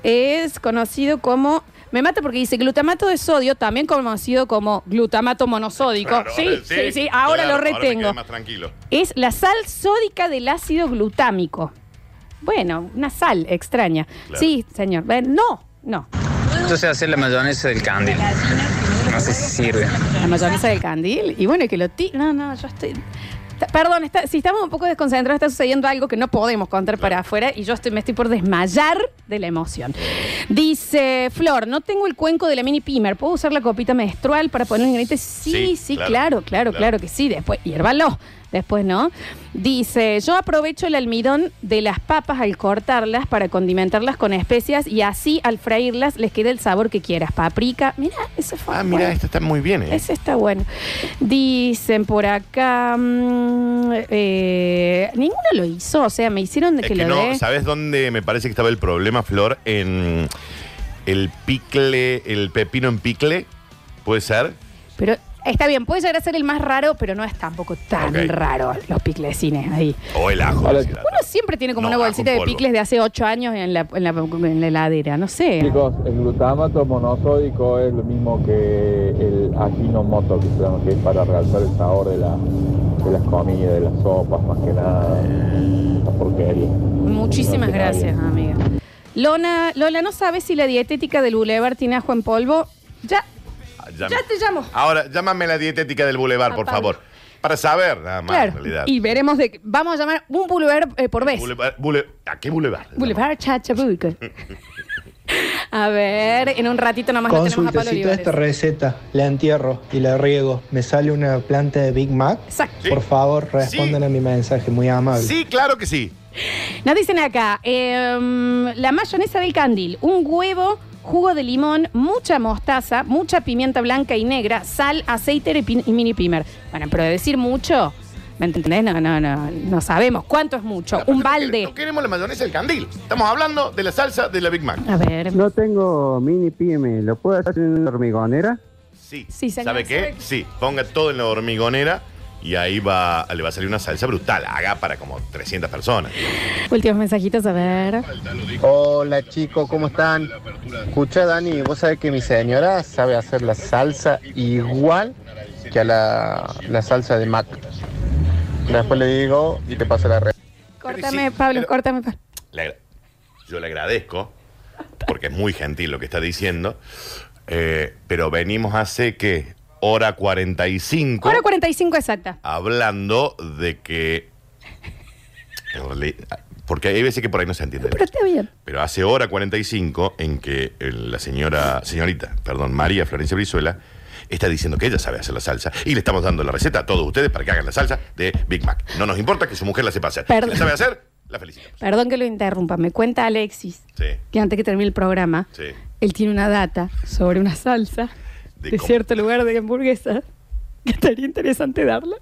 Speaker 3: es conocido como. Me mata porque dice glutamato de sodio, también conocido como glutamato monosódico.
Speaker 4: Claro,
Speaker 3: sí, sí, sí, ahora
Speaker 4: claro,
Speaker 3: lo
Speaker 4: me
Speaker 3: retengo.
Speaker 4: quedé más tranquilo.
Speaker 3: es la sal sódica del ácido glutámico. Bueno, una sal extraña.
Speaker 19: Claro.
Speaker 3: Sí, señor. Ven, No, no.
Speaker 19: Entonces hacer la mayonesa del candil. No sé si sirve.
Speaker 3: La mayonesa del candil. Y bueno, que lo ti. No, no, yo estoy. Ta- Perdón, está- si estamos un poco desconcentrados, está sucediendo algo que no podemos contar para afuera y yo estoy, me estoy por desmayar de la emoción. Dice Flor, no tengo el cuenco de la mini pimer. ¿Puedo usar la copita menstrual para poner un ingrediente? Sí, sí,
Speaker 9: Sí,
Speaker 3: claro, claro,
Speaker 9: claro,
Speaker 3: claro,
Speaker 9: claro
Speaker 3: que sí. Después, hiérvalo. Después, ¿no? Dice, yo aprovecho el almidón de las papas al cortarlas para condimentarlas con especias y así al freírlas les queda el sabor que quieras. Paprika. Mira, eso fue.
Speaker 4: Ah, mira,
Speaker 3: bueno.
Speaker 4: esta está muy bien, ¿eh?
Speaker 3: Ese está bueno. Dicen por acá. mm, eh, ninguno lo hizo, o sea, me hicieron de
Speaker 4: Es
Speaker 3: que,
Speaker 4: que
Speaker 3: lo
Speaker 4: no,
Speaker 3: dé.
Speaker 4: ¿sabes dónde me parece que estaba el problema, Flor? En el picle, el pepino en picle, ¿puede ser?
Speaker 3: Pero está bien, puede llegar a ser el más raro, pero no es tampoco tan
Speaker 4: Ok.
Speaker 3: raro los piclecines ahí.
Speaker 4: O el ajo.
Speaker 3: Uno siempre tiene como
Speaker 4: No,
Speaker 3: una
Speaker 4: ajo
Speaker 3: bolsita
Speaker 4: en
Speaker 3: de
Speaker 4: polvo.
Speaker 3: picles de hace ocho años en la, en la- en la heladera, no sé.
Speaker 20: Chicos, el glutamato monosódico es lo mismo que el ajinomoto, que se llama, que es para realzar el sabor de, la, de las comidas, de las sopas, más que nada, la porquería.
Speaker 3: Muchísimas
Speaker 20: No tiene
Speaker 3: gracias,
Speaker 20: nadie.
Speaker 3: amiga. Lona, Lola, ¿no sabes si la dietética del Boulevard tiene ajo en polvo? Ya,
Speaker 4: Ah,
Speaker 3: ya
Speaker 4: llame-
Speaker 3: te llamo.
Speaker 4: Ahora, llámame la dietética del bulevar, por
Speaker 3: Aparte.
Speaker 4: favor. Para saber, nada más,
Speaker 3: Claro.
Speaker 4: en realidad.
Speaker 3: Y veremos de. Vamos a llamar un Boulevard eh, por vez.
Speaker 4: Boulevard- bule- ¿A qué bulevar?
Speaker 3: Boulevard Chachabuco. A ver, en un ratito nomás lo tenemos a Pablo
Speaker 21: Consultecita
Speaker 3: Olivares.
Speaker 21: esta receta, la entierro y la riego. ¿Me sale una planta de Big Mac?
Speaker 3: Exacto.
Speaker 21: Por favor, respondan a mi mensaje, muy amable.
Speaker 4: Sí, claro que sí.
Speaker 3: Nos dicen acá, em, la mayonesa del candil, un huevo, jugo de limón, mucha mostaza, mucha pimienta blanca y negra, sal, aceite y, pin- y mini pimer. Bueno, pero decir mucho, ¿me entendés? No, no, no, no sabemos cuánto es mucho. Un balde.
Speaker 4: No queremos la mayonesa del candil. Estamos hablando de la salsa de la Big Mac.
Speaker 3: A ver.
Speaker 22: No tengo mini pyme, ¿lo puedo hacer en una hormigonera?
Speaker 4: Sí.
Speaker 3: Sí, señor,
Speaker 4: ¿Sabe qué?
Speaker 3: sabe-
Speaker 4: Sí, ponga todo en la hormigonera y ahí va, le va a salir una salsa brutal. Haga para como 300 personas.
Speaker 3: Últimos mensajitos, a ver.
Speaker 23: Hola chicos, ¿cómo están? Escucha Dani, vos sabés que mi señora sabe hacer la salsa igual que a la, la salsa de Mac. Después le digo y te paso la red.
Speaker 3: Córtame, Pablo, córtame, Pablo.
Speaker 4: Le agra- yo le agradezco, porque es muy gentil lo que está diciendo, eh, pero venimos hace que hora 45
Speaker 3: Hora 45 exacta.
Speaker 4: hablando de que... en reali- Porque hay veces que por ahí no se entiende.
Speaker 3: Pero está bien.
Speaker 4: Pero hace hora 45 en que eh, la señora, señorita, perdón, María Florencia Brizuela está diciendo que ella sabe hacer la salsa y le estamos dando la receta a todos ustedes para que hagan la salsa de Big Mac. No nos importa que su mujer la sepa hacer.
Speaker 3: Perdón.
Speaker 4: Si la sabe hacer? La felicito.
Speaker 3: Perdón que lo interrumpa, me cuenta Alexis
Speaker 4: Sí,
Speaker 3: que antes que termine el programa,
Speaker 4: sí.
Speaker 3: él tiene una data sobre una salsa de,
Speaker 4: De cómo-
Speaker 3: cierto lugar de hamburguesa que estaría interesante darla.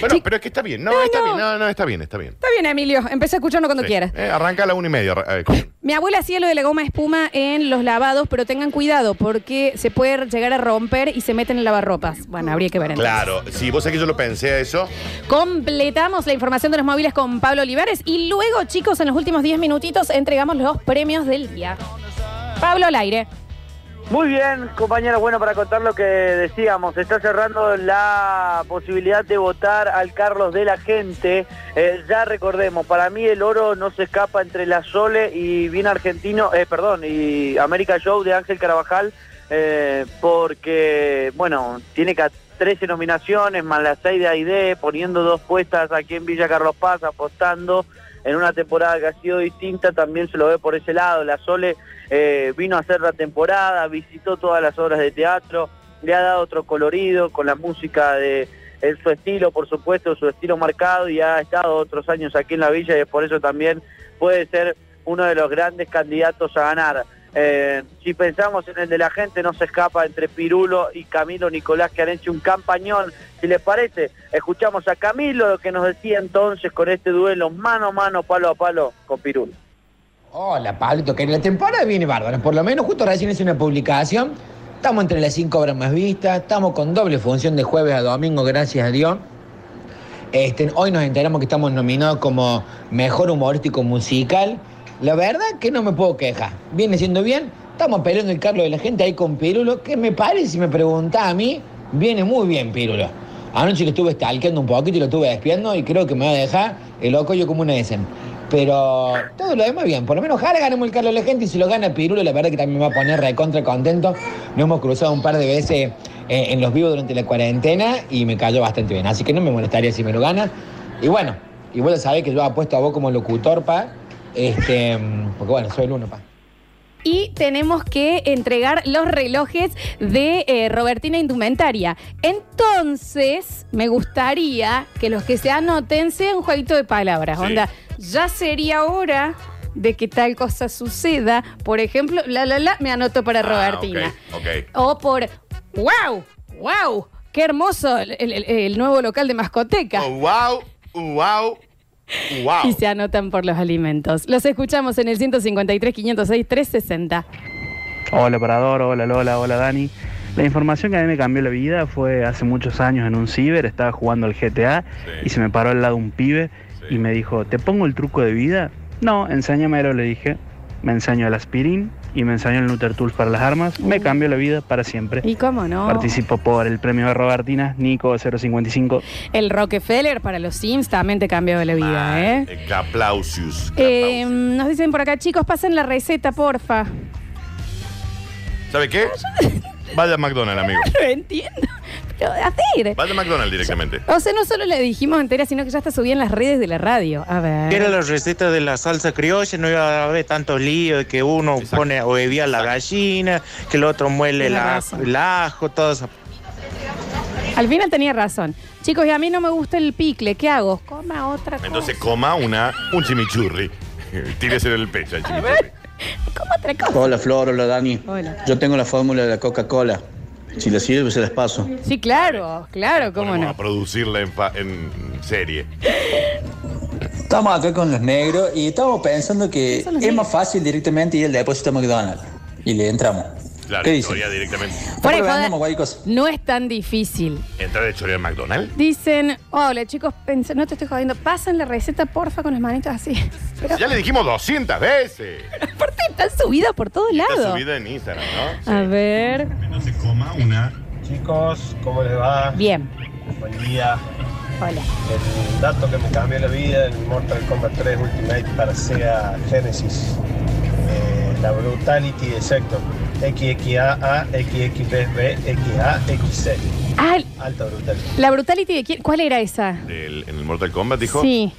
Speaker 4: Bueno, pero es que está bien. No, está
Speaker 3: no.
Speaker 4: bien. No, no, está bien, está bien.
Speaker 3: Está bien, Emilio, empecé a escucharnos cuando
Speaker 4: Sí.
Speaker 3: quieras.
Speaker 4: Eh, arranca a la una y media. arra- eh, con-
Speaker 3: Mi abuela hacía lo de la goma espuma en los lavados, pero tengan cuidado porque se puede llegar a romper y se meten en el lavarropas. Bueno, habría que ver entonces.
Speaker 4: Claro, sí, vos sabés que yo lo pensé a eso.
Speaker 3: Completamos la información de los móviles con Pablo Olivares y luego, chicos, en los últimos 10 minutitos entregamos los premios del día. Pablo al aire.
Speaker 24: Muy bien, compañeros, bueno, para contar lo que decíamos, se está cerrando la posibilidad de votar al Carlos de la Gente. Eh, ya recordemos, para mí el oro no se escapa entre la Sole y Bien Argentino, eh, perdón, y América Show de Ángel Carabajal, eh, porque, bueno, tiene ca- 13 nominaciones, más las 6 de AID, poniendo dos puestas aquí en Villa Carlos Paz, apostando en una temporada que ha sido distinta, también se lo ve por ese lado. La Sole eh, vino a hacer la temporada, visitó todas las obras de teatro, le ha dado otro colorido con la música de en su estilo, por supuesto, su estilo marcado y ha estado otros años aquí en la villa y por eso también puede ser uno de los grandes candidatos a ganar. Eh, si pensamos en el de la gente, no se escapa entre Pirulo y Camilo Nicolás, que han hecho un campañón. Si les parece, escuchamos a Camilo lo que nos decía entonces con este duelo mano a mano, palo a palo con Pirulo.
Speaker 2: Hola, Pablito, que la temporada viene bárbara. Por lo menos justo recién hice una publicación. Estamos entre las cinco obras más vistas. Estamos con doble función de jueves a domingo, gracias a Dios. Este, hoy nos enteramos que estamos nominados como Mejor Humorístico Musical. La verdad que no me puedo quejar. Viene siendo bien. Estamos peleando el Carlos de la gente ahí con Pirulo, que me parece, si me pregunta a mí, viene muy bien Pirulo. Anoche lo estuve stalkeando un poquito y lo estuve despiando y creo que me va a dejar el loco yo como una dicen. Pero todo lo demás bien. Por lo menos ojalá ganemos el Carlos de la gente y si lo gana Pirulo, la verdad que también me va a poner recontra contento. Nos hemos cruzado un par de veces eh, en los vivos durante la cuarentena y me cayó bastante bien. Así que no me molestaría si me lo gana. Y bueno, y vos sabés que yo apuesto a vos como locutor, pa. Este, porque bueno, soy el uno, pa.
Speaker 3: Y tenemos que entregar los relojes de eh, Robertina Indumentaria. Entonces, me gustaría que los que se anoten sea un jueguito de palabras. Onda, ya sería hora de que tal cosa suceda. Por ejemplo, la la la, me anoto para Robertina.
Speaker 4: Ah, Ok.
Speaker 3: O por ¡Wow! ¡Wow! ¡Qué hermoso el, el- el nuevo local de mascoteca!
Speaker 4: Oh, ¡Wow! ¡Wow! ¡Wow!
Speaker 3: Y se anotan por los alimentos. Los escuchamos en el 153, 506, 360.
Speaker 5: Hola Parador, hola Lola, hola Dani. La información que a mí me cambió la vida fue hace muchos años en un ciber, estaba jugando al GTA y se me paró al lado un pibe y me dijo, ¿te pongo el truco de vida? No, enséñamelo, le dije. Me enseñó el aspirín y me enseñó el Nutter Tools para las armas. Me cambió la vida para siempre.
Speaker 3: Oh. ¿Y cómo no?
Speaker 5: Participo por el premio de Robertina, Nico 055.
Speaker 3: El Rockefeller para los Sims también te cambió la vida, ¿eh?
Speaker 4: Aplausius.
Speaker 3: Eh, nos dicen por acá, chicos, pasen la receta, porfa. <laughs>
Speaker 4: ¿Sabe qué? Vaya a McDonald's, amigo.
Speaker 3: No entiendo. Pero, a ver.
Speaker 4: Vaya a McDonald's directamente.
Speaker 3: O sea, no solo la dijimos entera, sino que ya está subida en las redes de la radio. A ver.
Speaker 13: Era la receta de la salsa criolla, no iba a haber tanto lío de que uno pone o bebía la gallina, que el otro muele
Speaker 3: Tiene
Speaker 13: la,
Speaker 3: razón.
Speaker 13: el ajo, todo eso.
Speaker 3: Al final tenía razón. Chicos, y a mí no me gusta el picle, ¿qué hago? Coma otra cosa.
Speaker 4: Entonces coma una, un chimichurri. <laughs> Tírese el pecho al chimichurri.
Speaker 3: Coma otra cosa.
Speaker 19: Hola Flor, hola Dani.
Speaker 3: Hola.
Speaker 19: Yo tengo la fórmula de la Coca-Cola. Si la sirve, se las paso.
Speaker 3: Sí, claro, claro, cómo
Speaker 4: Vamos
Speaker 3: no.
Speaker 4: a producirla en, fa- en serie.
Speaker 6: Estamos acá con los negros y estamos pensando que es más fácil directamente ir al depósito de McDonald's. Y le entramos.
Speaker 4: Claro,
Speaker 6: ¿Qué dice?
Speaker 4: chorea directamente.
Speaker 3: Fuera de joda, no es tan difícil.
Speaker 4: Entrar de chorear en McDonald's.
Speaker 3: Dicen, hola chicos, pensé- no te estoy jodiendo, pasen la receta, porfa, con las manitos así. <laughs> Pero
Speaker 4: Ya le dijimos 200 veces.
Speaker 3: aparte están subidas por todos
Speaker 4: Está
Speaker 3: lados.
Speaker 4: subida en Instagram, ¿no?
Speaker 3: A ver.
Speaker 14: Coma una. Chicos, ¿cómo les va?
Speaker 3: Bien.
Speaker 14: Buen día.
Speaker 3: Hola.
Speaker 14: El dato que me cambió la vida en Mortal Kombat 3 Ultimate para Sega Genesis. Eh, la brutality de Sector. XXAA, XXBB, XA, XC.
Speaker 3: Ah,
Speaker 14: Alta brutality.
Speaker 3: la brutality de quién, ¿cuál era esa?
Speaker 4: Del- en el Mortal Kombat dijo.
Speaker 3: Sí.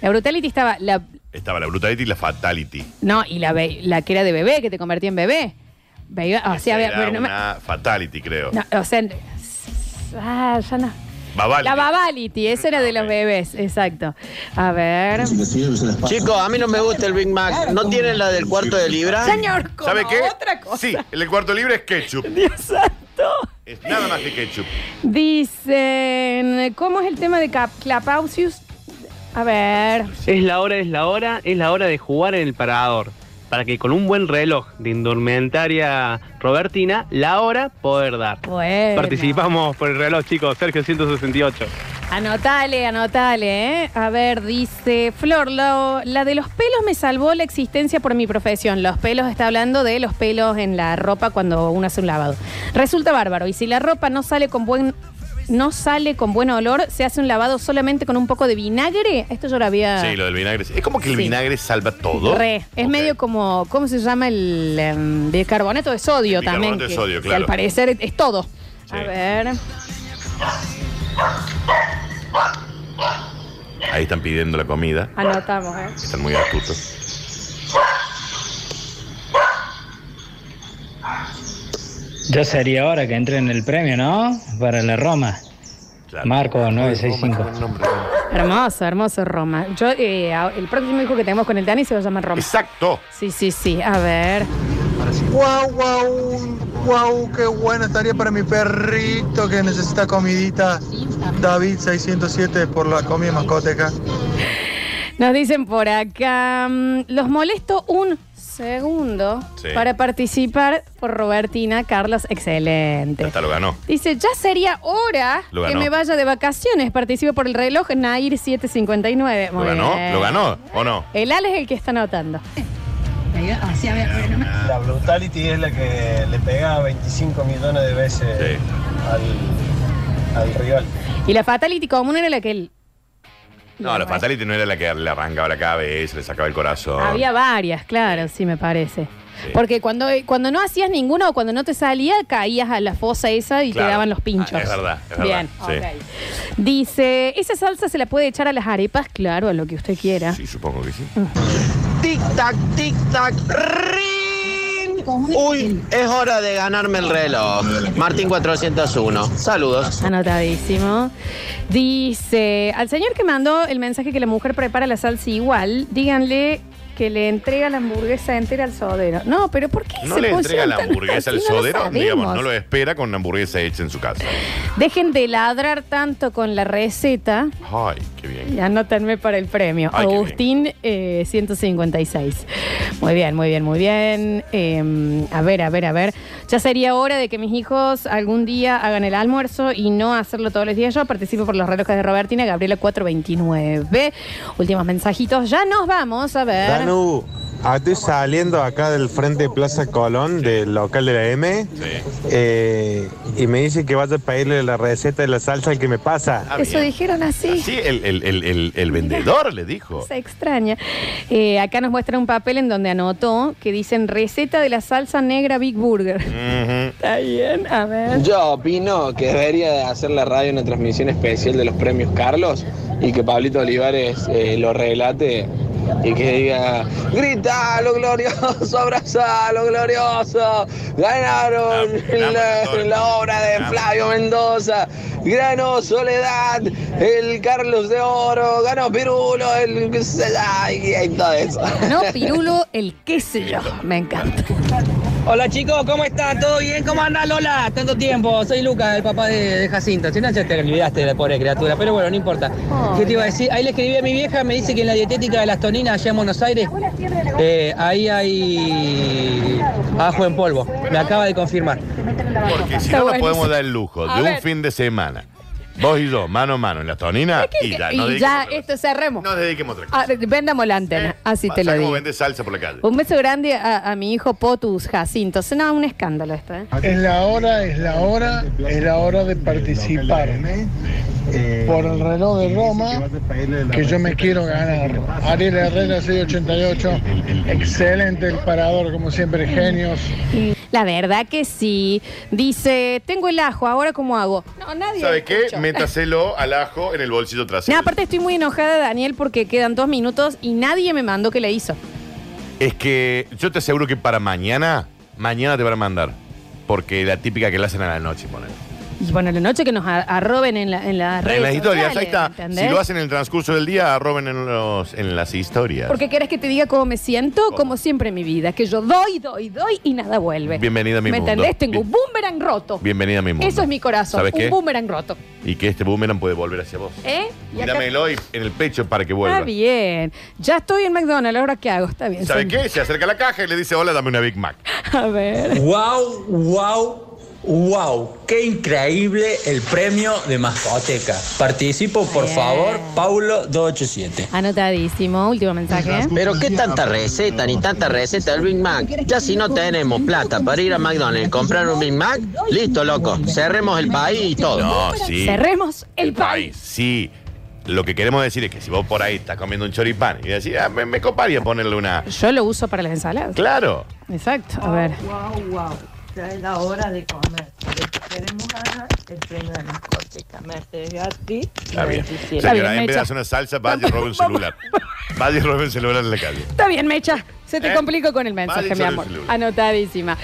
Speaker 3: La brutality estaba, la,
Speaker 4: Estaba la brutality y la fatality.
Speaker 3: no, y la, be- la que era de bebé, que te convertía en bebé. ah, Bebé, o sea,
Speaker 4: Era
Speaker 3: pero no me-
Speaker 4: una fatality, creo.
Speaker 3: no, o sea, n- ah, ya no.
Speaker 4: Babali.
Speaker 3: La Babality, esa era de los bebés, exacto. A ver.
Speaker 18: Chicos, a mí no me gusta el Big Mac. ¿No tienen la del cuarto de libra?
Speaker 3: Señor, coma
Speaker 4: ¿Sabe qué?
Speaker 3: otra cosa.
Speaker 4: Sí, el cuarto libre es ketchup.
Speaker 3: <laughs> Dios santo.
Speaker 4: Es nada más que ketchup.
Speaker 3: Dicen, ¿cómo es el tema de Cap Clapausius? A ver.
Speaker 7: Es la hora, es la hora, es la hora de jugar en el parador. Para que con un buen reloj de indumentaria robertina, la hora poder dar.
Speaker 3: Bueno.
Speaker 7: Participamos por el reloj, chicos. Sergio 168.
Speaker 3: Anotale, anotale, ¿eh? A ver, dice Flor, lo- la de los pelos me salvó la existencia por mi profesión. Los pelos, está hablando de los pelos en la ropa cuando uno hace un lavado. Resulta bárbaro. Y si la ropa no sale con buen. No sale con buen olor, se hace un lavado solamente con un poco de vinagre. Esto yo lo había.
Speaker 4: Sí, lo del vinagre. Es como que el
Speaker 3: Ah. Sí.
Speaker 4: vinagre salva todo.
Speaker 3: Re. Es medio como, ¿cómo se llama el em, bicarbonato de sodio
Speaker 4: El
Speaker 3: también?
Speaker 4: bicarbonato de
Speaker 3: que-
Speaker 4: sodio,
Speaker 3: que
Speaker 4: claro.
Speaker 3: al parecer es todo. A ver.
Speaker 4: Ahí están pidiendo la comida.
Speaker 3: Anotamos, ¿eh?
Speaker 4: Están muy astutos.
Speaker 25: Ya sería hora que entren el premio, ¿no? Para la Roma. Marco 965.
Speaker 3: Hermoso, hermoso Roma. Yo, eh, a- el próximo hijo que tenemos con el Dani se va a llamar Roma.
Speaker 4: Exacto.
Speaker 3: Sí, sí, sí. A ver.
Speaker 24: Guau, guau, guau, qué bueno estaría para mi perrito que necesita comidita. David 607 por la comida mascoteca.
Speaker 3: Nos dicen por acá, mm, los molesto un segundo
Speaker 4: Sí.
Speaker 3: para participar por Robertina Carlos, excelente.
Speaker 4: Hasta lo ganó.
Speaker 3: Dice, ya sería hora
Speaker 4: Lo
Speaker 3: que
Speaker 4: ganó.
Speaker 3: me vaya de vacaciones. Participo por el reloj Nair 759.
Speaker 4: ¿Lo
Speaker 3: Muy
Speaker 4: ganó?
Speaker 3: bien.
Speaker 4: ¿Lo ganó o no?
Speaker 3: El Ale es el que está anotando.
Speaker 14: La brutality es la que le pega 25 millones de veces al, al rival.
Speaker 3: Y la Fatality común era la que él.
Speaker 4: No, la fatality no era la que le arrancaba la cabeza, le sacaba el corazón.
Speaker 3: Había varias, claro, sí me parece. Porque cuando, eh, cuando no hacías ninguna o cuando no te salía, caías a la fosa esa y
Speaker 4: Claro.
Speaker 3: te daban los pinchos.
Speaker 4: Ah, es verdad, es verdad.
Speaker 3: Bien.
Speaker 4: Sí.
Speaker 3: Dice, ¿esa salsa se la puede echar a las arepas? Claro, a lo que usted quiera.
Speaker 4: Sí, supongo que sí.
Speaker 26: Tic tac, tic tac. Uy, es hora de ganarme el reloj. Martín 401. Saludos.
Speaker 3: Anotadísimo. Dice, al señor que mandó el mensaje que la mujer prepara la salsa igual, díganle que le entrega la hamburguesa entera al sodero. No, pero ¿por qué
Speaker 4: No
Speaker 3: se
Speaker 4: le entrega
Speaker 3: pusieron
Speaker 4: la
Speaker 3: tan
Speaker 4: hamburguesa al
Speaker 3: así? No lo
Speaker 4: sodero, digamos,
Speaker 3: sabemos.
Speaker 4: no lo espera con una hamburguesa hecha en su casa.
Speaker 3: Dejen de ladrar tanto con la receta.
Speaker 4: Ay, qué bien.
Speaker 3: Y anótenme para el premio.
Speaker 4: Ay, qué bien.
Speaker 3: Agustín eh, 156. Muy bien, muy bien, muy bien. Eh, a ver, a ver, a ver. Ya sería hora de que mis hijos algún día hagan el almuerzo y no hacerlo todos los días. Yo participo por los relojes de Robertina, Gabriela 429. Últimos mensajitos. Ya nos vamos a ver.
Speaker 2: Danu, ah, estoy saliendo acá del frente de Plaza Colón, del local de la M, eh, y me dice que vaya a pedirle la receta de la salsa al que me pasa.
Speaker 3: Eso dijeron así.
Speaker 4: Sí, el, el- el- el- el vendedor le dijo.
Speaker 3: Se extraña. Eh, acá nos muestra un papel en donde anotó que dicen receta de la salsa negra Big Burger.
Speaker 4: Mm.
Speaker 3: Está bien, a ver.
Speaker 2: Yo opino que debería de hacer la radio una transmisión especial de los premios Carlos y que Pablito Olivares eh, lo relate y que diga grita lo glorioso, abraza lo glorioso, ganaron la, la obra de Flavio Mendoza, ganó Soledad, el Carlos de Oro, ganó Pirulo, el ay, y todo eso.
Speaker 3: No, Pirulo, el qué sé yo. Me encanta.
Speaker 2: Hola chicos, ¿cómo están? ¿Todo bien? ¿Cómo anda Lola? Tanto tiempo, soy Lucas, el papá de, de Jacinto. Si no, ya te olvidaste de la pobre criatura, pero bueno, no importa. ¿Qué te iba a decir? Ahí le escribí a mi vieja, me dice que en la dietética de las toninas allá en Buenos Aires, eh, ahí hay ajo en polvo. Me acaba de confirmar.
Speaker 4: Porque si
Speaker 2: Está
Speaker 4: no nos
Speaker 2: buenísimo.
Speaker 4: podemos dar el lujo
Speaker 3: A
Speaker 4: de un
Speaker 3: ver.
Speaker 4: fin de semana, vos y yo, mano a mano en la tonina, y ya,
Speaker 3: <laughs>
Speaker 4: no
Speaker 3: y ya, esto cerremos.
Speaker 4: Nos dediquemos otra
Speaker 3: Ah, vendamos la antena, así te lo
Speaker 4: como
Speaker 3: digo.
Speaker 4: vende salsa por la calle.
Speaker 3: Un beso grande a, a mi hijo Potus Jacinto. Suena un escándalo esto, ¿eh?
Speaker 14: Es la hora, es la hora, es la hora de participar por el reloj de Roma que yo me quiero ganar. Ariel Herrera 688, excelente el parador como siempre, genios.
Speaker 3: La verdad que sí. Dice, tengo el ajo, ¿ahora cómo hago? No, nadie.
Speaker 4: ¿Sabe qué?
Speaker 3: escuchó.
Speaker 4: Métaselo al ajo en el
Speaker 3: <laughs>
Speaker 4: bolsillo
Speaker 3: No,
Speaker 4: trasero.
Speaker 3: aparte estoy muy enojada, Daniel, porque quedan dos minutos y nadie me mandó que le hizo.
Speaker 4: Es que yo te aseguro que para mañana, mañana te van a mandar. Porque la típica que la hacen a la noche, ponen.
Speaker 3: Y bueno, la noche que nos a- arroben en, la, en las redes
Speaker 4: En las historias, ahí
Speaker 3: sociales,
Speaker 4: está.
Speaker 3: ¿entendés?
Speaker 4: Si lo hacen en el transcurso del día, roben en, los, en las historias.
Speaker 3: Porque querés que te diga cómo me siento, como siempre en mi vida, que yo doy, doy, doy y nada vuelve.
Speaker 4: Bienvenida a mi
Speaker 3: ¿Me
Speaker 4: mundo.
Speaker 3: entendés? Tengo
Speaker 4: Bien-
Speaker 3: un boomerang roto.
Speaker 4: Bienvenida a mi mundo.
Speaker 3: Eso es mi corazón,
Speaker 4: ¿Sabes
Speaker 3: un
Speaker 4: qué?
Speaker 3: boomerang roto.
Speaker 4: Y que este boomerang puede volver hacia vos.
Speaker 3: ¿Eh? Y acá-
Speaker 4: Dámelo y en el pecho para que
Speaker 3: Está
Speaker 4: vuelva.
Speaker 3: bien. Ya estoy en McDonald's, ahora qué hago, está bien.
Speaker 4: ¿Sabe
Speaker 3: sí.
Speaker 4: qué? Se acerca a la caja y le dice, hola, dame una Big Mac.
Speaker 3: <laughs> A ver.
Speaker 1: ¡Wow, wow, wow! ¡Qué increíble el premio de mascoteca! Participo, por
Speaker 3: Bien.
Speaker 1: favor, Paulo 287.
Speaker 3: Anotadísimo, último mensaje. ¿eh?
Speaker 2: Pero qué tanta receta, ni tanta receta del Big Mac. Ya si no tenemos plata para ir a McDonald's y comprar un Big Mac, listo, loco. Cerremos el país y todo.
Speaker 4: No, sí.
Speaker 3: Cerremos el,
Speaker 4: país. Sí. Lo que queremos decir es que si vos por ahí estás comiendo un choripán y decís, ah, me, me coparía ponerle una.
Speaker 3: Yo lo uso para las ensaladas.
Speaker 4: Claro.
Speaker 3: Exacto, a ver.
Speaker 17: Wow, wow. Ya es la hora de comer. Lo que queremos ganar el premio de mascoteca. Mercedes Gatti.
Speaker 4: Está bien.
Speaker 17: 97.
Speaker 4: Señora,
Speaker 17: Está bien,
Speaker 4: en vez de
Speaker 17: Mecha.
Speaker 4: hacer una salsa, vaya y robe un celular. Vaya y robe un celular en la calle.
Speaker 3: Está bien, Mecha. Se te
Speaker 4: ¿Eh?
Speaker 3: complicó con el mensaje,
Speaker 4: Madison
Speaker 3: mi amor.
Speaker 4: el celular.
Speaker 3: Anotadísima.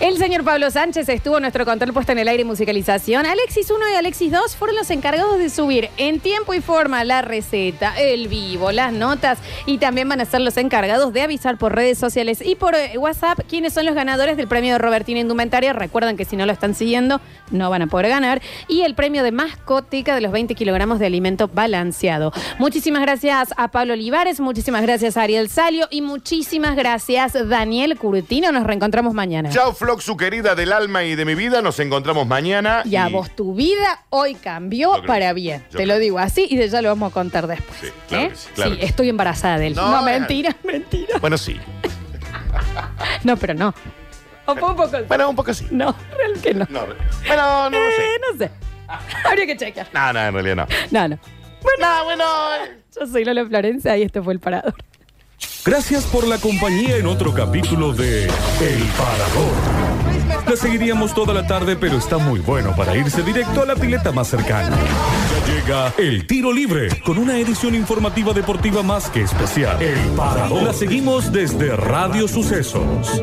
Speaker 3: El señor Pablo Sánchez estuvo en nuestro control puesto en el aire y musicalización. Alexis 1 y Alexis 2 fueron los encargados de subir en tiempo y forma la receta, el vivo, las notas y también van a ser los encargados de avisar por redes sociales y por eh, WhatsApp quiénes son los ganadores del premio de Robertina Indumentaria. Recuerdan que si no lo están siguiendo, no van a poder ganar. Y el premio de mascótica de los 20 kilogramos de alimento balanceado. Muchísimas gracias a Pablo Olivares, muchísimas gracias a Ariel Salio y muchísimas gracias Daniel Curtino. Nos reencontramos mañana.
Speaker 4: Chao, Floxu, querida del alma y de mi vida. Nos encontramos mañana.
Speaker 3: Y a vos tu vida hoy cambió para bien.
Speaker 4: yo
Speaker 3: Te lo digo así y de ya lo vamos a contar después.
Speaker 4: Sí, claro
Speaker 3: ¿eh?
Speaker 4: que sí, claro
Speaker 3: Sí,
Speaker 4: que sí.
Speaker 3: estoy embarazada de él.
Speaker 4: No,
Speaker 3: No,
Speaker 4: déjalo.
Speaker 3: mentira, <laughs> mentira.
Speaker 4: Bueno, sí.
Speaker 3: No, pero no. O fue un poco
Speaker 4: Bueno, un poco sí.
Speaker 3: No, real que no.
Speaker 4: No, bueno, no lo sé.
Speaker 3: Eh, no sé. Habría que chequear.
Speaker 4: No, no, en realidad no.
Speaker 3: No, no. Bueno,
Speaker 4: bueno.
Speaker 3: Yo soy Lola Florencia y este fue el parador.
Speaker 1: Gracias por la compañía en otro capítulo de El Parador. La seguiríamos toda la tarde, pero está muy bueno para irse directo a la pileta más cercana. Ya llega El Tiro Libre, con una edición informativa deportiva más que especial. El Parador. La seguimos desde Radio Sucesos.